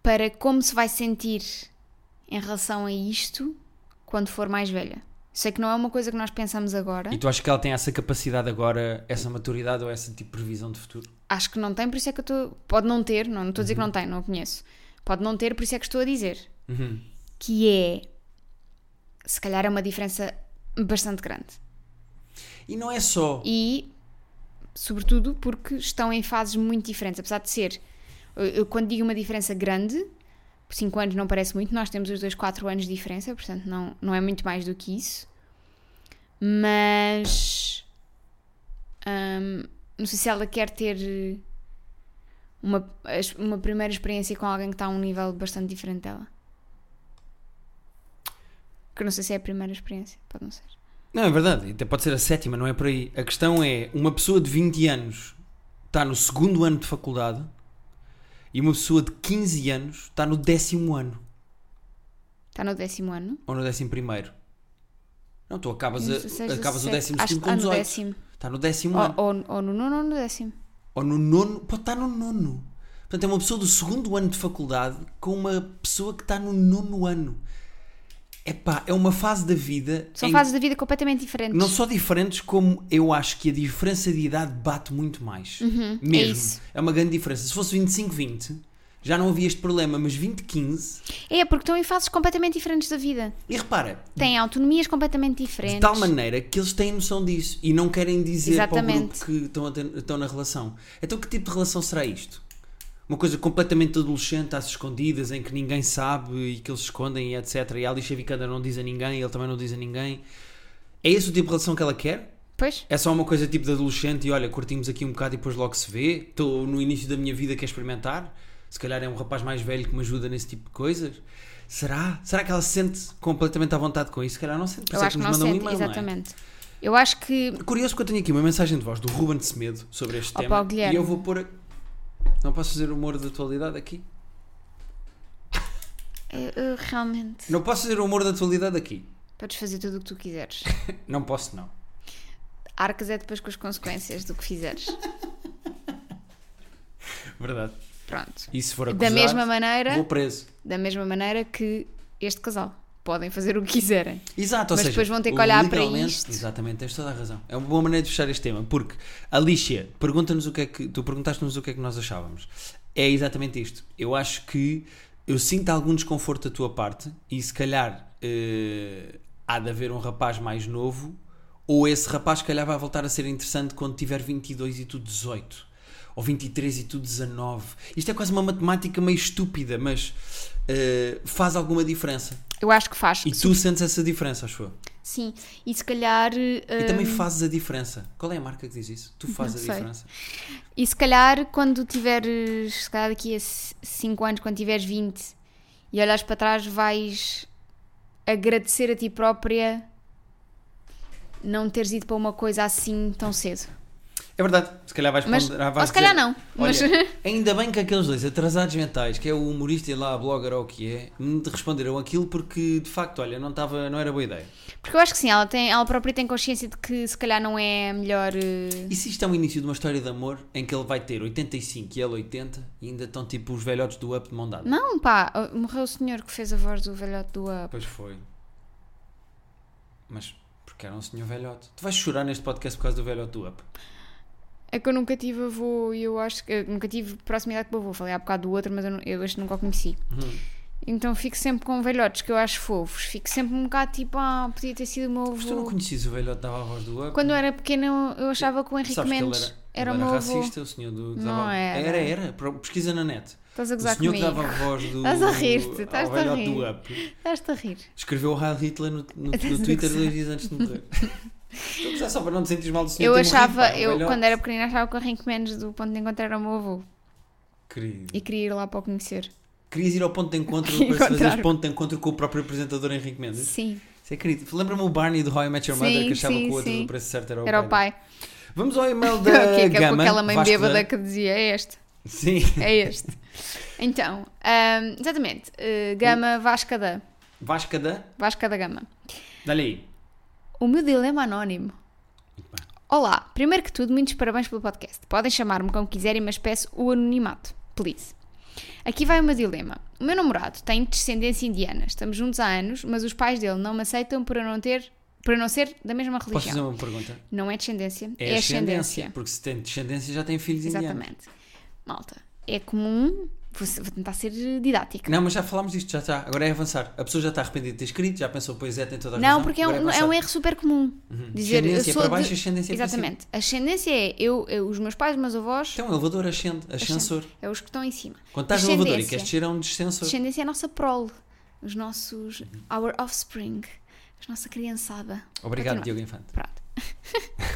[SPEAKER 1] para como se vai sentir em relação a isto quando for mais velha. Sei que não é uma coisa que nós pensamos agora.
[SPEAKER 2] E tu achas que ela tem essa capacidade agora, essa maturidade ou essa tipo de previsão de futuro?
[SPEAKER 1] Acho que não tem, por isso é que eu estou. Pode não ter, não não estou a dizer que não tem, não a conheço. Pode não ter, por isso é que estou a dizer. Que é. Se calhar é uma diferença bastante grande.
[SPEAKER 2] E não é só.
[SPEAKER 1] e sobretudo porque estão em fases muito diferentes, apesar de ser eu- eu quando digo uma diferença grande 5 anos não parece muito, nós temos os dois 4 anos de diferença, portanto não, não é muito mais do que isso mas hum, não sei se ela quer ter uma, as- uma primeira experiência com alguém que está a um nível bastante diferente dela que eu não sei se é a primeira experiência, pode não ser
[SPEAKER 2] Não, é verdade. Até pode ser a sétima, não é por aí. A questão é: uma pessoa de 20 anos está no segundo ano de faculdade e uma pessoa de 15 anos está no décimo ano
[SPEAKER 1] está no décimo ano
[SPEAKER 2] ou no décimo primeiro. Não, tu acabas,
[SPEAKER 1] Não
[SPEAKER 2] a-
[SPEAKER 1] sei se seja
[SPEAKER 2] acabas o
[SPEAKER 1] sete.
[SPEAKER 2] décimo
[SPEAKER 1] Acho
[SPEAKER 2] segundo é?
[SPEAKER 1] que está
[SPEAKER 2] com
[SPEAKER 1] no
[SPEAKER 2] 18.
[SPEAKER 1] décimo. Oh,
[SPEAKER 2] Está no décimo ano.
[SPEAKER 1] Ou, ou- ou no nono ou no décimo.
[SPEAKER 2] Ou no nono. Pode estar no nono. Portanto, é uma pessoa do segundo ano de faculdade com uma pessoa que está no nono ano. Epá, é uma fase da vida
[SPEAKER 1] São
[SPEAKER 2] em
[SPEAKER 1] fases da vida completamente diferentes.
[SPEAKER 2] Não só diferentes, como eu acho que a diferença de idade bate muito mais.
[SPEAKER 1] é
[SPEAKER 2] Mesmo.
[SPEAKER 1] isso.
[SPEAKER 2] É, uma grande diferença. Se fosse 25-20, já não havia este problema, mas 20-15.
[SPEAKER 1] É, porque estão em fases completamente diferentes da vida.
[SPEAKER 2] E repara,
[SPEAKER 1] Têm autonomias completamente diferentes.
[SPEAKER 2] de Hum. tal maneira que eles têm noção disso e não querem dizer
[SPEAKER 1] Exatamente.
[SPEAKER 2] para o grupo que estão, a ter- estão na relação. Então, que tipo de relação será isto? Uma coisa completamente adolescente, às escondidas, em que ninguém sabe e que eles se escondem e etc. E a Alicia Vikander não diz a ninguém, ele também não diz a ninguém. É esse o tipo de relação que ela quer?
[SPEAKER 1] Pois?
[SPEAKER 2] É só uma coisa tipo de adolescente e olha, curtimos aqui um bocado e depois logo se vê. Estou no início da minha vida, quer experimentar? Se calhar é um rapaz mais velho que me ajuda nesse tipo de coisas. Será? Será que ela se sente completamente à vontade com isso? Se calhar não sente, por
[SPEAKER 1] Eu
[SPEAKER 2] isso é
[SPEAKER 1] acho
[SPEAKER 2] que
[SPEAKER 1] que
[SPEAKER 2] nos
[SPEAKER 1] não
[SPEAKER 2] mandam um
[SPEAKER 1] sente,
[SPEAKER 2] e-mail, não é?
[SPEAKER 1] exatamente. Eu acho que.
[SPEAKER 2] Curioso que eu tenho aqui uma mensagem de voz do Ruben Semedo sobre este
[SPEAKER 1] Opa,
[SPEAKER 2] tema.
[SPEAKER 1] o Guilherme.
[SPEAKER 2] E eu vou pôr... a- Não posso fazer humor de atualidade aqui?
[SPEAKER 1] eh, eh, realmente.
[SPEAKER 2] Não posso fazer humor de atualidade aqui.
[SPEAKER 1] Podes fazer tudo o que tu quiseres.
[SPEAKER 2] Não posso, não.
[SPEAKER 1] Arcas é depois com as consequências do que fizeres.
[SPEAKER 2] Verdade.
[SPEAKER 1] Pronto.
[SPEAKER 2] E se for
[SPEAKER 1] Da
[SPEAKER 2] acusado,
[SPEAKER 1] mesma maneira.
[SPEAKER 2] vou preso.
[SPEAKER 1] Da mesma maneira que este casal. Podem fazer o que quiserem.
[SPEAKER 2] Exato, ou
[SPEAKER 1] Mas
[SPEAKER 2] seja,
[SPEAKER 1] depois vão ter que
[SPEAKER 2] o
[SPEAKER 1] olhar para
[SPEAKER 2] legalmente-
[SPEAKER 1] isto.
[SPEAKER 2] Exatamente, tens toda a razão. É uma boa maneira de fechar este tema, porque Alicia, pergunta-nos o que é que tu perguntaste-nos o que é que nós achávamos. É exatamente isto. Eu acho que eu sinto algum desconforto da tua parte e se calhar eh, há de haver um rapaz mais novo ou esse rapaz se calhar vai voltar a ser interessante quando tiver 22 e tu 18 ou 23 e tu 19. Isto é quase uma matemática meio estúpida, mas eh, faz alguma diferença.
[SPEAKER 1] Eu acho que faz.
[SPEAKER 2] E tu sentes essa diferença, acho eu.
[SPEAKER 1] Sim. E se calhar. eh,
[SPEAKER 2] E também fazes a diferença. Qual é a marca que diz isso? Tu fazes
[SPEAKER 1] Não
[SPEAKER 2] a
[SPEAKER 1] sei.
[SPEAKER 2] diferença.
[SPEAKER 1] E se calhar quando tiveres, se calhar daqui a 5 anos, quando tiveres 20 e olhares para trás, vais agradecer a ti própria não teres ido para uma coisa assim tão cedo.
[SPEAKER 2] É verdade. Se calhar vais
[SPEAKER 1] Mas-
[SPEAKER 2] ponderar,
[SPEAKER 1] ou
[SPEAKER 2] vais
[SPEAKER 1] se calhar
[SPEAKER 2] dizer,
[SPEAKER 1] não, mas-
[SPEAKER 2] "Olha, ainda bem que aqueles dois atrasados mentais, que é o humorista e lá a blogger ou o que é, me responderam aquilo porque de facto, olha, não, estava, não era boa ideia.
[SPEAKER 1] Porque eu acho que sim, ela, tem, ela própria tem consciência de que se calhar não é a melhor. eh,
[SPEAKER 2] E se isto é o início de uma história de amor em que ele vai ter 85 e ela 80 e ainda estão tipo os velhotes do up de mão dada?
[SPEAKER 1] Não, pá, morreu o senhor que fez a voz do velhote do Up.
[SPEAKER 2] Pois foi. Mas porque era um senhor velhote. Tu vais chorar neste podcast por causa do velhote do up.
[SPEAKER 1] É que eu nunca tive avô e eu acho que. eu nunca tive proximidade com o avô. Falei há bocado do outro, mas eu, nu- eu este nunca o conheci. Então fico sempre com velhotes que eu acho fofos. Fico sempre um bocado tipo, ah, podia ter sido o meu
[SPEAKER 2] Mas tu não
[SPEAKER 1] avô.
[SPEAKER 2] conheces o velhote da voz do up?
[SPEAKER 1] Quando eu era pequena eu, eu achava que o Henrique
[SPEAKER 2] Sabes que ele
[SPEAKER 1] Mendes.
[SPEAKER 2] era,
[SPEAKER 1] Era o
[SPEAKER 2] Ele
[SPEAKER 1] meu
[SPEAKER 2] era
[SPEAKER 1] avô.
[SPEAKER 2] racista, o senhor do. que
[SPEAKER 1] Não
[SPEAKER 2] dava-
[SPEAKER 1] era.
[SPEAKER 2] era, era. Pro- Pesquisa na net.
[SPEAKER 1] Estás a
[SPEAKER 2] O
[SPEAKER 1] gozar
[SPEAKER 2] senhor que
[SPEAKER 1] comigo.
[SPEAKER 2] dava a voz do.
[SPEAKER 1] Estás a rir-te, estás-te
[SPEAKER 2] ao velho
[SPEAKER 1] a
[SPEAKER 2] Otto
[SPEAKER 1] rir.
[SPEAKER 2] Up.
[SPEAKER 1] Estás-te a rir.
[SPEAKER 2] Escreveu o Heil Hitler no, no, no
[SPEAKER 1] Estás a
[SPEAKER 2] Twitter
[SPEAKER 1] gozar.
[SPEAKER 2] dois dias antes de morrer. Estou a gozar só para não te sentires mal do senhor.
[SPEAKER 1] Eu
[SPEAKER 2] ter morrido,
[SPEAKER 1] achava,
[SPEAKER 2] tipo um pá, o
[SPEAKER 1] eu
[SPEAKER 2] velho
[SPEAKER 1] quando
[SPEAKER 2] Otto.
[SPEAKER 1] era pequenina achava que o Henrique Menos do ponto de encontro era o meu avô
[SPEAKER 2] Querido.
[SPEAKER 1] e queria ir lá para o conhecer.
[SPEAKER 2] Querias ir ao ponto de encontro
[SPEAKER 1] Queria
[SPEAKER 2] para se fazeres
[SPEAKER 1] encontrar-me.
[SPEAKER 2] ponto de encontro com o próprio apresentador Henrique Mendes?
[SPEAKER 1] Sim,
[SPEAKER 2] Isso é querido. Lembra-me o Barney do How I Met Your Mother
[SPEAKER 1] Sim,
[SPEAKER 2] que achava
[SPEAKER 1] sim,
[SPEAKER 2] que o outro
[SPEAKER 1] sim.
[SPEAKER 2] do preço certo era É o
[SPEAKER 1] era o
[SPEAKER 2] pai.
[SPEAKER 1] pai.
[SPEAKER 2] dele. Vamos ao e-mail da
[SPEAKER 1] Que é que é com
[SPEAKER 2] Gama.
[SPEAKER 1] aquela mãe
[SPEAKER 2] Vasco
[SPEAKER 1] bêbada
[SPEAKER 2] Ferreira.
[SPEAKER 1] que dizia: é este,
[SPEAKER 2] Sim.
[SPEAKER 1] é este. então, ahm, exatamente, eh, Gama Vasca da,
[SPEAKER 2] Vasca da.
[SPEAKER 1] Vasca da Gama.
[SPEAKER 2] Dá-lhe aí.
[SPEAKER 1] O meu dilema anónimo.
[SPEAKER 2] Muito bem.
[SPEAKER 1] Olá, primeiro que tudo, muitos parabéns pelo podcast. Podem chamar-me como quiserem, mas peço o anonimato, please. Aqui vai o meu dilema. O meu namorado tem descendência indiana. Estamos juntos há anos, mas os pais dele não me aceitam por eu não ter, por eu não ser da mesma
[SPEAKER 2] Posso fazer
[SPEAKER 1] religião.
[SPEAKER 2] uma pergunta?
[SPEAKER 1] Não é descendência, é, ascendência.
[SPEAKER 2] Porque se tem descendência já tem filhos indianos.
[SPEAKER 1] Exatamente. Malta, é comum. Vou, se- vou tentar ser didática.
[SPEAKER 2] Não, mas já falámos disto, já está. Agora é avançar. A pessoa já está arrependida de ter escrito, já pensou, pois é, tem toda a
[SPEAKER 1] Não,
[SPEAKER 2] razão.
[SPEAKER 1] porque é
[SPEAKER 2] agora
[SPEAKER 1] um, é
[SPEAKER 2] avançar.
[SPEAKER 1] um erro super comum. Dizer eu
[SPEAKER 2] Uhum. Ascendência é
[SPEAKER 1] sou
[SPEAKER 2] para baixo,
[SPEAKER 1] de...
[SPEAKER 2] ascendência para cima.
[SPEAKER 1] Exatamente. Ascendência é eu, eu- os meus pais, os meus avós,
[SPEAKER 2] Então, elevador ascende, ascensor.
[SPEAKER 1] é os que estão em cima.
[SPEAKER 2] Quando estás no elevador e
[SPEAKER 1] Ascendência.
[SPEAKER 2] queres descer, é um descensor.
[SPEAKER 1] Descendência é a nossa prole, os nossos our offspring, a nossa criançada.
[SPEAKER 2] Obrigado,
[SPEAKER 1] Continua.
[SPEAKER 2] Diogo Infante.
[SPEAKER 1] Pronto.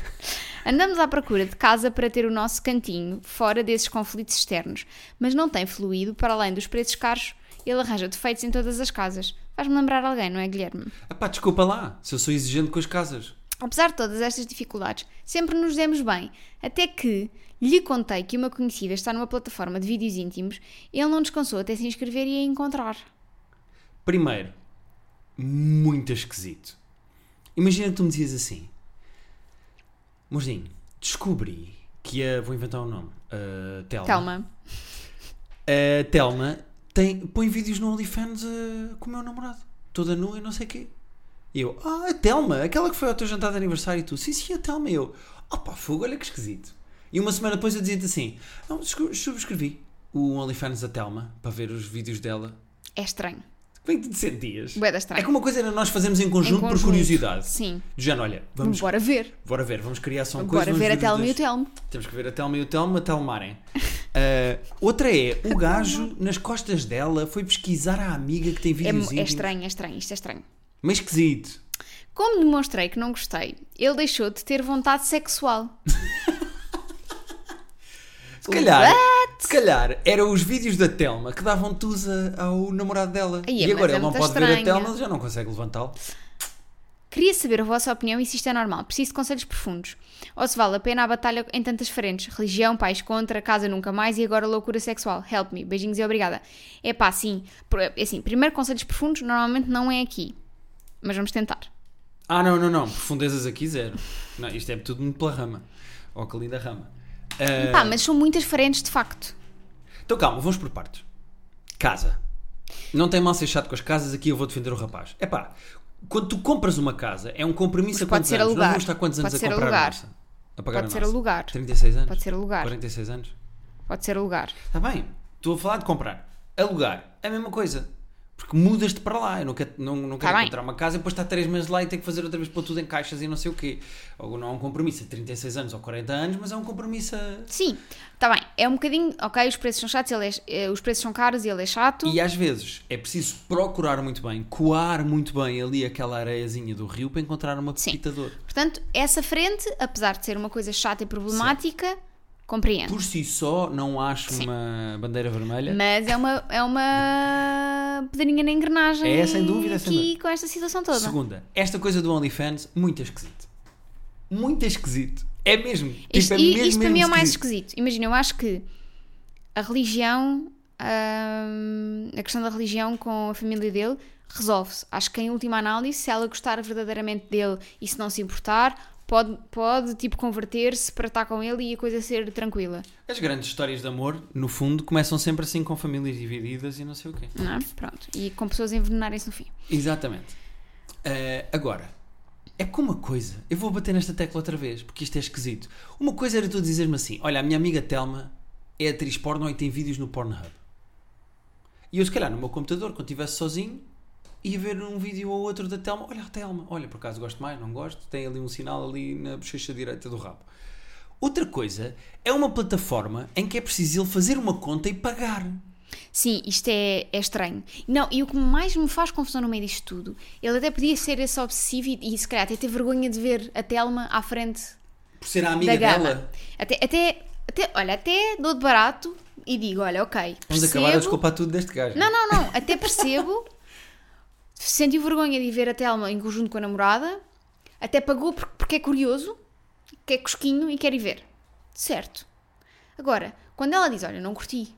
[SPEAKER 1] Andamos à procura de casa para ter o nosso cantinho, fora desses conflitos externos, mas não tem fluído, para além dos preços caros, ele arranja defeitos em todas as casas. Faz-me lembrar alguém, não é, Guilherme?
[SPEAKER 2] Ah pá, desculpa lá, se eu sou exigente com as casas.
[SPEAKER 1] Apesar de todas estas dificuldades, sempre nos demos bem, até que lhe contei que uma conhecida está numa plataforma de vídeos íntimos, ele não descansou até se inscrever e a encontrar.
[SPEAKER 2] Primeiro, muito esquisito. Imagina que tu me dizias assim: Mojinho, descobri que a. Vou inventar um nome. A Telma.
[SPEAKER 1] Telma.
[SPEAKER 2] A Telma tem, põe vídeos no OnlyFans eh, com o meu namorado. Toda nua e não sei o quê. E eu, ah, a Telma, aquela que foi ao teu jantar de aniversário e tu, sim, sim, a Telma. E eu, ah pá, fogo, olha que esquisito. E uma semana depois eu dizia-te assim: não, subscre- subscrevi o OnlyFans da Telma para ver os vídeos dela.
[SPEAKER 1] É estranho.
[SPEAKER 2] Como é que tu te sentias?
[SPEAKER 1] Bué da
[SPEAKER 2] É
[SPEAKER 1] estranho.
[SPEAKER 2] que uma coisa era nós fazermos em conjunto, por
[SPEAKER 1] conjunto.
[SPEAKER 2] curiosidade.
[SPEAKER 1] Sim.
[SPEAKER 2] Do género, olha, vamos, bora,
[SPEAKER 1] Bora ver.
[SPEAKER 2] ver, vamos criar só uma coisa.
[SPEAKER 1] Bora
[SPEAKER 2] vamos
[SPEAKER 1] ver a
[SPEAKER 2] os
[SPEAKER 1] Telma e o
[SPEAKER 2] dois.
[SPEAKER 1] Telmo.
[SPEAKER 2] Temos que ver a Telma e o Telmo a telmarem. Ah, outra é, o gajo nas costas dela foi pesquisar a amiga que tem
[SPEAKER 1] É,
[SPEAKER 2] vídeos
[SPEAKER 1] é
[SPEAKER 2] íntimos.
[SPEAKER 1] estranho, é estranho, isto é estranho.
[SPEAKER 2] Mas esquisito.
[SPEAKER 1] Como demonstrei que não gostei, ele deixou de ter vontade sexual.
[SPEAKER 2] Se calhar, se calhar, eram os vídeos da Telma que davam tusa ao namorado dela.
[SPEAKER 1] Ai,
[SPEAKER 2] e
[SPEAKER 1] mas
[SPEAKER 2] agora
[SPEAKER 1] é
[SPEAKER 2] ele não
[SPEAKER 1] muito
[SPEAKER 2] pode ver a
[SPEAKER 1] estranho.
[SPEAKER 2] Telma, ele já não consegue levantá-lo.
[SPEAKER 1] Queria saber a vossa opinião e se isto é normal. Preciso de conselhos profundos. Ou se vale a pena a batalha em tantas frentes. Religião, pais contra, casa nunca mais e agora loucura sexual. Help me. Beijinhos e obrigada. É pá, sim. Por- é Assim, primeiro conselhos profundos normalmente não é aqui. Mas vamos tentar.
[SPEAKER 2] Ah, não, não, não. Profundezas aqui, zero. Não, isto é tudo muito pela rama. Oh, que linda rama. Ah,
[SPEAKER 1] Pá, mas são muitas frentes de facto.
[SPEAKER 2] Então calma, vamos por partes. Casa. Não tem mal ser chato com as casas, aqui eu vou defender o rapaz. É pá, quando tu compras uma casa, é um compromisso a
[SPEAKER 1] pode
[SPEAKER 2] quantos
[SPEAKER 1] ser
[SPEAKER 2] anos? Nós
[SPEAKER 1] alugar.
[SPEAKER 2] vamos estar quantos anos
[SPEAKER 1] Pode
[SPEAKER 2] a
[SPEAKER 1] ser
[SPEAKER 2] comprar a
[SPEAKER 1] alugar.
[SPEAKER 2] nossa? A pagar
[SPEAKER 1] Pode
[SPEAKER 2] a
[SPEAKER 1] ser
[SPEAKER 2] nossa?
[SPEAKER 1] alugar.
[SPEAKER 2] 36 anos?
[SPEAKER 1] Pode ser alugar.
[SPEAKER 2] 46 anos?
[SPEAKER 1] Pode ser alugar.
[SPEAKER 2] Está bem, estou a falar de comprar. Alugar, é a mesma coisa. Porque mudas-te para lá. Eu não quero, não, não quero
[SPEAKER 1] Tá bem.
[SPEAKER 2] encontrar uma casa e depois estar 3 meses lá e ter que fazer outra vez para tudo em caixas e não sei o quê. Ou não é um compromisso a 36 anos ou 40 anos, mas é um compromisso a...
[SPEAKER 1] Sim, está bem. É um bocadinho, ok, os preços são chatos, ele é, eh, os preços são caros e ele é chato.
[SPEAKER 2] E às vezes é preciso procurar muito bem, coar muito bem ali aquela areiazinha do rio para encontrar uma
[SPEAKER 1] Sim.
[SPEAKER 2] pepita de ouro.
[SPEAKER 1] Portanto, essa frente, apesar de ser uma coisa chata e problemática, compreendo.
[SPEAKER 2] Por si só, não acho uma bandeira vermelha.
[SPEAKER 1] Mas é uma, é uma pedrinha na engrenagem.
[SPEAKER 2] É, sem dúvida,
[SPEAKER 1] aqui
[SPEAKER 2] sem dúvida.
[SPEAKER 1] com esta situação toda.
[SPEAKER 2] Segunda, esta coisa do OnlyFans, muito esquisito. Muito esquisito. É mesmo. Tipo,
[SPEAKER 1] Isto,
[SPEAKER 2] é
[SPEAKER 1] e
[SPEAKER 2] mesmo,
[SPEAKER 1] isto para mim é o
[SPEAKER 2] mesmo
[SPEAKER 1] mais esquisito. Imagina, eu acho que a religião, hum, a questão da religião com a família dele, resolve-se. Acho que em última análise, se ela gostar verdadeiramente dele e se não se importar, pode, pode tipo, converter-se para estar com ele e a coisa ser tranquila.
[SPEAKER 2] As grandes histórias de amor, no fundo, começam sempre assim com famílias divididas e não sei o quê.
[SPEAKER 1] Não é? Pronto. E com pessoas a envenenarem-se no fim.
[SPEAKER 2] Exatamente. Eh, agora, é que uma coisa, eu vou bater nesta tecla outra vez, porque isto é esquisito. Uma coisa era tu dizeres-me assim: olha, a minha amiga Telma é atriz porno e tem vídeos no Pornhub. E eu, se calhar, no meu computador, quando estivesse sozinho, ia ver um vídeo ou outro da Telma. Olha, a Telma, olha, por acaso gosto mais, não gosto, tem ali um sinal ali na bochecha direita do rabo. Outra coisa é uma plataforma em que é preciso ele fazer uma conta e pagar.
[SPEAKER 1] Sim, isto é, é estranho. Não, e o que mais me faz confusão no meio disto tudo, ele até podia ser esse obsessivo e, e se calhar até ter vergonha de ver a Telma à frente
[SPEAKER 2] Por ser a
[SPEAKER 1] da
[SPEAKER 2] amiga
[SPEAKER 1] gama.
[SPEAKER 2] dela.
[SPEAKER 1] Até, até, até, olha, até dou de barato e digo, olha, ok,
[SPEAKER 2] Vamos
[SPEAKER 1] percebo.
[SPEAKER 2] acabar a desculpar tudo deste gajo.
[SPEAKER 1] Não, não, não, até percebo. Sentiu vergonha de ver a Telma em conjunto com a namorada, até pagou por- porque é curioso, quer cosquinho e quer ir ver. Certo. Agora, quando ela diz, olha, não curti,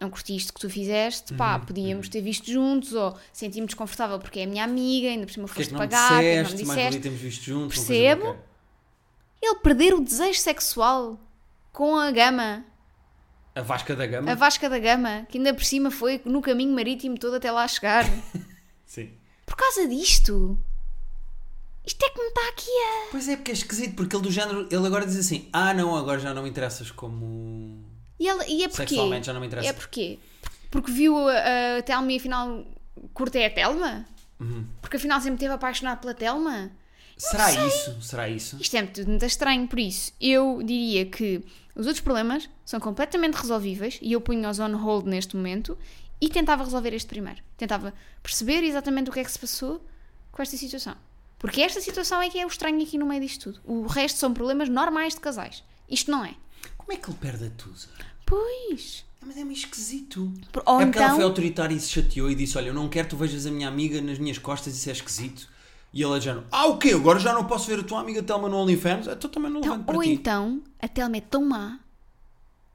[SPEAKER 1] não curti isto que tu fizeste, pá,
[SPEAKER 2] Uhum,
[SPEAKER 1] podíamos ter visto juntos, ou senti-me desconfortável porque é a minha amiga, ainda por cima
[SPEAKER 2] Porque é que
[SPEAKER 1] foste
[SPEAKER 2] não
[SPEAKER 1] pagar,
[SPEAKER 2] me
[SPEAKER 1] porque é que
[SPEAKER 2] disseste, mais valia termos visto juntos. uma coisa
[SPEAKER 1] Percebo.
[SPEAKER 2] qualquer.
[SPEAKER 1] Ele perder o desejo sexual com a gama,
[SPEAKER 2] A Vasca da Gama?
[SPEAKER 1] a Vasca da Gama, que ainda por cima foi no caminho marítimo todo até lá chegar.
[SPEAKER 2] Sim.
[SPEAKER 1] Por causa disto? Isto é que me está aqui a.
[SPEAKER 2] Pois é, porque é esquisito, porque ele do género, ele agora diz assim, ah não, agora já não me interessas como...
[SPEAKER 1] E, ela, e é porque.
[SPEAKER 2] Sexualmente já não me interessa.
[SPEAKER 1] É porquê? Porque viu a, a Telma e afinal curta é a Telma?
[SPEAKER 2] Uhum.
[SPEAKER 1] Porque afinal sempre esteve apaixonado pela Telma?
[SPEAKER 2] Será isso? Será isso?
[SPEAKER 1] Isto é tudo muito estranho, por isso eu diria que os outros problemas são completamente resolvíveis e eu punho-os on hold neste momento e tentava resolver este primeiro. Tentava perceber exatamente o que é que se passou com esta situação. Porque esta situação é que é o estranho aqui no meio disto tudo. O resto são problemas normais de casais. Isto não é.
[SPEAKER 2] Como é que ele perde a Tusa?
[SPEAKER 1] Pois.
[SPEAKER 2] É, Mas é meio esquisito.
[SPEAKER 1] Por- ou
[SPEAKER 2] é porque ela
[SPEAKER 1] então-
[SPEAKER 2] foi autoritária e se chateou e disse, olha, eu não quero que tu vejas a minha amiga nas minhas costas, isso é esquisito. E ele já não, ah o quê? Agora já não posso ver a tua amiga Telma no OnlyFans? Ah, Então também não
[SPEAKER 1] Então,
[SPEAKER 2] levanto para
[SPEAKER 1] ou
[SPEAKER 2] ti.
[SPEAKER 1] então a Telma é tão má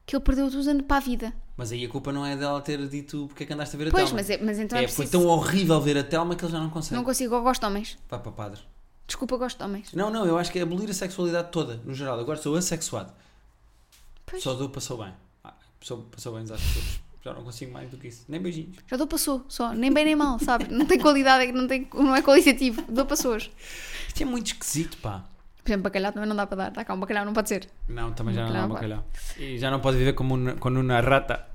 [SPEAKER 1] que ele perdeu o Tuzan para a vida.
[SPEAKER 2] Mas aí a culpa não é dela ter dito porque é que andaste a ver a
[SPEAKER 1] Pois,
[SPEAKER 2] Telma.
[SPEAKER 1] mas, é- mas então é,
[SPEAKER 2] É, foi
[SPEAKER 1] preciso.
[SPEAKER 2] tão horrível ver a Telma que ele já não consegue.
[SPEAKER 1] Não consigo, eu gosto de homens.
[SPEAKER 2] Vá para padre.
[SPEAKER 1] Desculpa, eu gosto de homens.
[SPEAKER 2] Não, não, eu acho que é abolir a sexualidade toda, no geral. Agora sou assexuado.
[SPEAKER 1] Pois.
[SPEAKER 2] Só dou passou bem. Ah, passou, passou bem às pessoas. Já não consigo mais do que isso. Nem beijinhos.
[SPEAKER 1] Já dou passou, só. Nem bem nem mal, sabe? Não tem qualidade, é que não, tem, não é qualitativo. Dou passou.
[SPEAKER 2] Isto é muito esquisito, pá.
[SPEAKER 1] Por exemplo, bacalhau também não dá para dar. Tá cá, um bacalhau não pode ser.
[SPEAKER 2] Não, também já não dá
[SPEAKER 1] Bacalhau,
[SPEAKER 2] bacalhau. E já não pode viver como uma, como uma rata.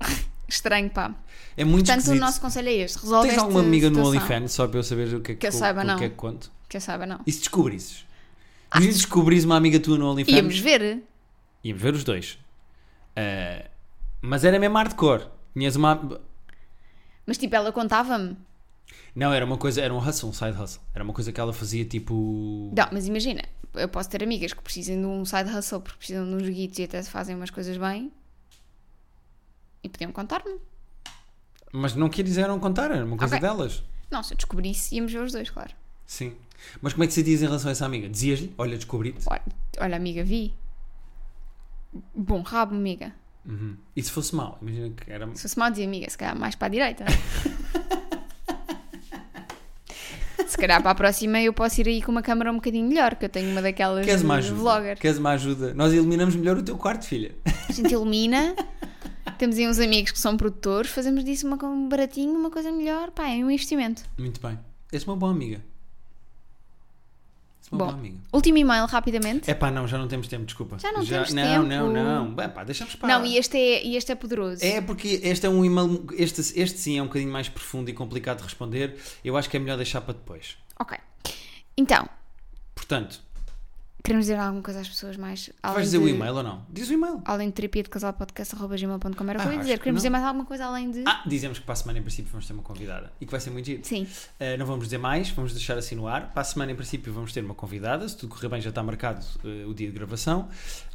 [SPEAKER 1] Estranho, pá.
[SPEAKER 2] É muito
[SPEAKER 1] Portanto,
[SPEAKER 2] esquisito.
[SPEAKER 1] o nosso conselho é este. Resolve
[SPEAKER 2] Tens
[SPEAKER 1] esta
[SPEAKER 2] alguma amiga no
[SPEAKER 1] situação.
[SPEAKER 2] OnlyFans só para eu saber o que é que,
[SPEAKER 1] Que eu
[SPEAKER 2] co-
[SPEAKER 1] saiba,
[SPEAKER 2] o
[SPEAKER 1] não.
[SPEAKER 2] que é que conto?
[SPEAKER 1] Quem sabe, não.
[SPEAKER 2] E se descobrisses?
[SPEAKER 1] Ah,
[SPEAKER 2] Imagina descobris uma amiga tua no OnlyFans.
[SPEAKER 1] Íamos ver.
[SPEAKER 2] Íamos ver os dois. Ah, mas era mesmo hardcore. Tinhas uma.
[SPEAKER 1] Mas tipo, ela contava-me.
[SPEAKER 2] Não, era uma coisa, era um hustle, um side hustle. Era uma coisa que ela fazia tipo.
[SPEAKER 1] Não, mas imagina, eu posso ter amigas que precisem de um side hustle porque precisam de uns guitos e até se fazem umas coisas bem e podiam contar-me.
[SPEAKER 2] Mas não quiseram contar, era uma coisa
[SPEAKER 1] Ok.
[SPEAKER 2] delas.
[SPEAKER 1] Não, se eu descobrisse, íamos ver os dois, claro.
[SPEAKER 2] Sim. Mas como é que sentias em relação a essa amiga? Dizias-lhe, olha, descobri-te.
[SPEAKER 1] Olha, olha, amiga, vi. Bom rabo, amiga.
[SPEAKER 2] Uhum. E se fosse mal? Imagina que era.
[SPEAKER 1] Se fosse mal, dizia amiga, se calhar mais para a direita. é?" se calhar para a próxima eu posso ir aí com uma câmera um bocadinho melhor, que eu tenho uma daquelas
[SPEAKER 2] Queres
[SPEAKER 1] de
[SPEAKER 2] uma ajuda?
[SPEAKER 1] vlogger.
[SPEAKER 2] Queres uma ajuda? Nós iluminamos melhor o teu quarto, filha.
[SPEAKER 1] A gente ilumina. Temos aí uns amigos que são produtores, fazemos disso uma, co- um baratinho, uma coisa melhor, pá, é um investimento.
[SPEAKER 2] Muito bem. És uma boa amiga. És uma
[SPEAKER 1] Bom.
[SPEAKER 2] boa amiga.
[SPEAKER 1] Último e-mail, rapidamente.
[SPEAKER 2] É pá, não, já não temos tempo, desculpa.
[SPEAKER 1] Já não temos
[SPEAKER 2] não,
[SPEAKER 1] tempo.
[SPEAKER 2] Não, não, não. Bem, pá, deixamos para.
[SPEAKER 1] Não, e este é, e este é poderoso.
[SPEAKER 2] É porque este é um e-mail. Este, este sim é um bocadinho mais profundo e complicado de responder. Eu acho que é melhor deixar para depois.
[SPEAKER 1] Ok. Então,
[SPEAKER 2] Portanto,
[SPEAKER 1] queremos dizer alguma coisa às pessoas mais. além
[SPEAKER 2] vais dizer
[SPEAKER 1] de, Ah.
[SPEAKER 2] o e-mail ou não? Diz o e-mail.
[SPEAKER 1] Além de terapia de casal podcast.gmail.com, era o que eu ia
[SPEAKER 2] Ah, acho
[SPEAKER 1] dizer.
[SPEAKER 2] que
[SPEAKER 1] Queremos
[SPEAKER 2] não.
[SPEAKER 1] dizer mais alguma coisa além de.
[SPEAKER 2] Ah, dizemos que para a semana, em princípio, vamos ter uma convidada e que vai ser muito giro.
[SPEAKER 1] Sim.
[SPEAKER 2] Eh, não vamos dizer mais, vamos deixar assim no ar. Para a semana, em princípio, vamos ter uma convidada. Se tudo correr bem, já está marcado eh, o dia de gravação.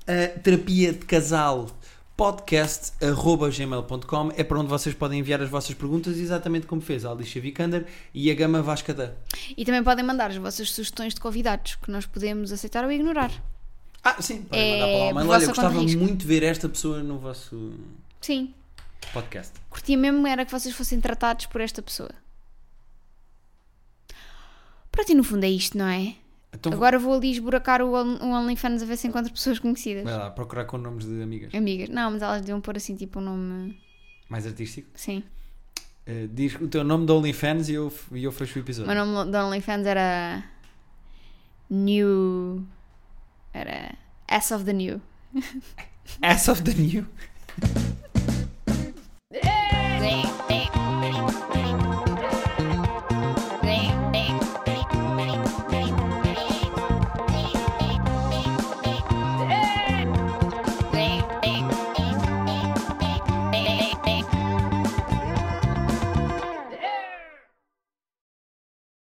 [SPEAKER 2] Eh, terapia de casal podcast.gmail.com é para onde vocês podem enviar as vossas perguntas, exatamente como fez a Alicia Vikander e a Gama Vascada.
[SPEAKER 1] E também podem mandar as vossas sugestões de convidados que nós podemos aceitar ou ignorar.
[SPEAKER 2] Ah, sim, podem
[SPEAKER 1] É,
[SPEAKER 2] mandar para lá uma
[SPEAKER 1] por
[SPEAKER 2] mail. Olha,
[SPEAKER 1] vossa
[SPEAKER 2] eu gostava
[SPEAKER 1] conta risco.
[SPEAKER 2] muito de ver esta pessoa no vosso
[SPEAKER 1] Sim.
[SPEAKER 2] podcast.
[SPEAKER 1] Curtia mesmo era que vocês fossem tratados por esta pessoa. Pronto, e no fundo é isto, não é?
[SPEAKER 2] Então
[SPEAKER 1] Agora vou ali esburacar o, on- o OnlyFans a ver se encontro pessoas conhecidas.
[SPEAKER 2] vai lá procurar com nomes de amigas.
[SPEAKER 1] Amigas. Não, mas elas deviam pôr assim, tipo, um nome.
[SPEAKER 2] Mais artístico.
[SPEAKER 1] Sim.
[SPEAKER 2] Eh, diz o teu nome do OnlyFans e eu, e eu fecho o
[SPEAKER 1] O
[SPEAKER 2] episódio.
[SPEAKER 1] meu nome do OnlyFans era. New. Era. S of the New.
[SPEAKER 2] Ass of the New.
[SPEAKER 1] Sim.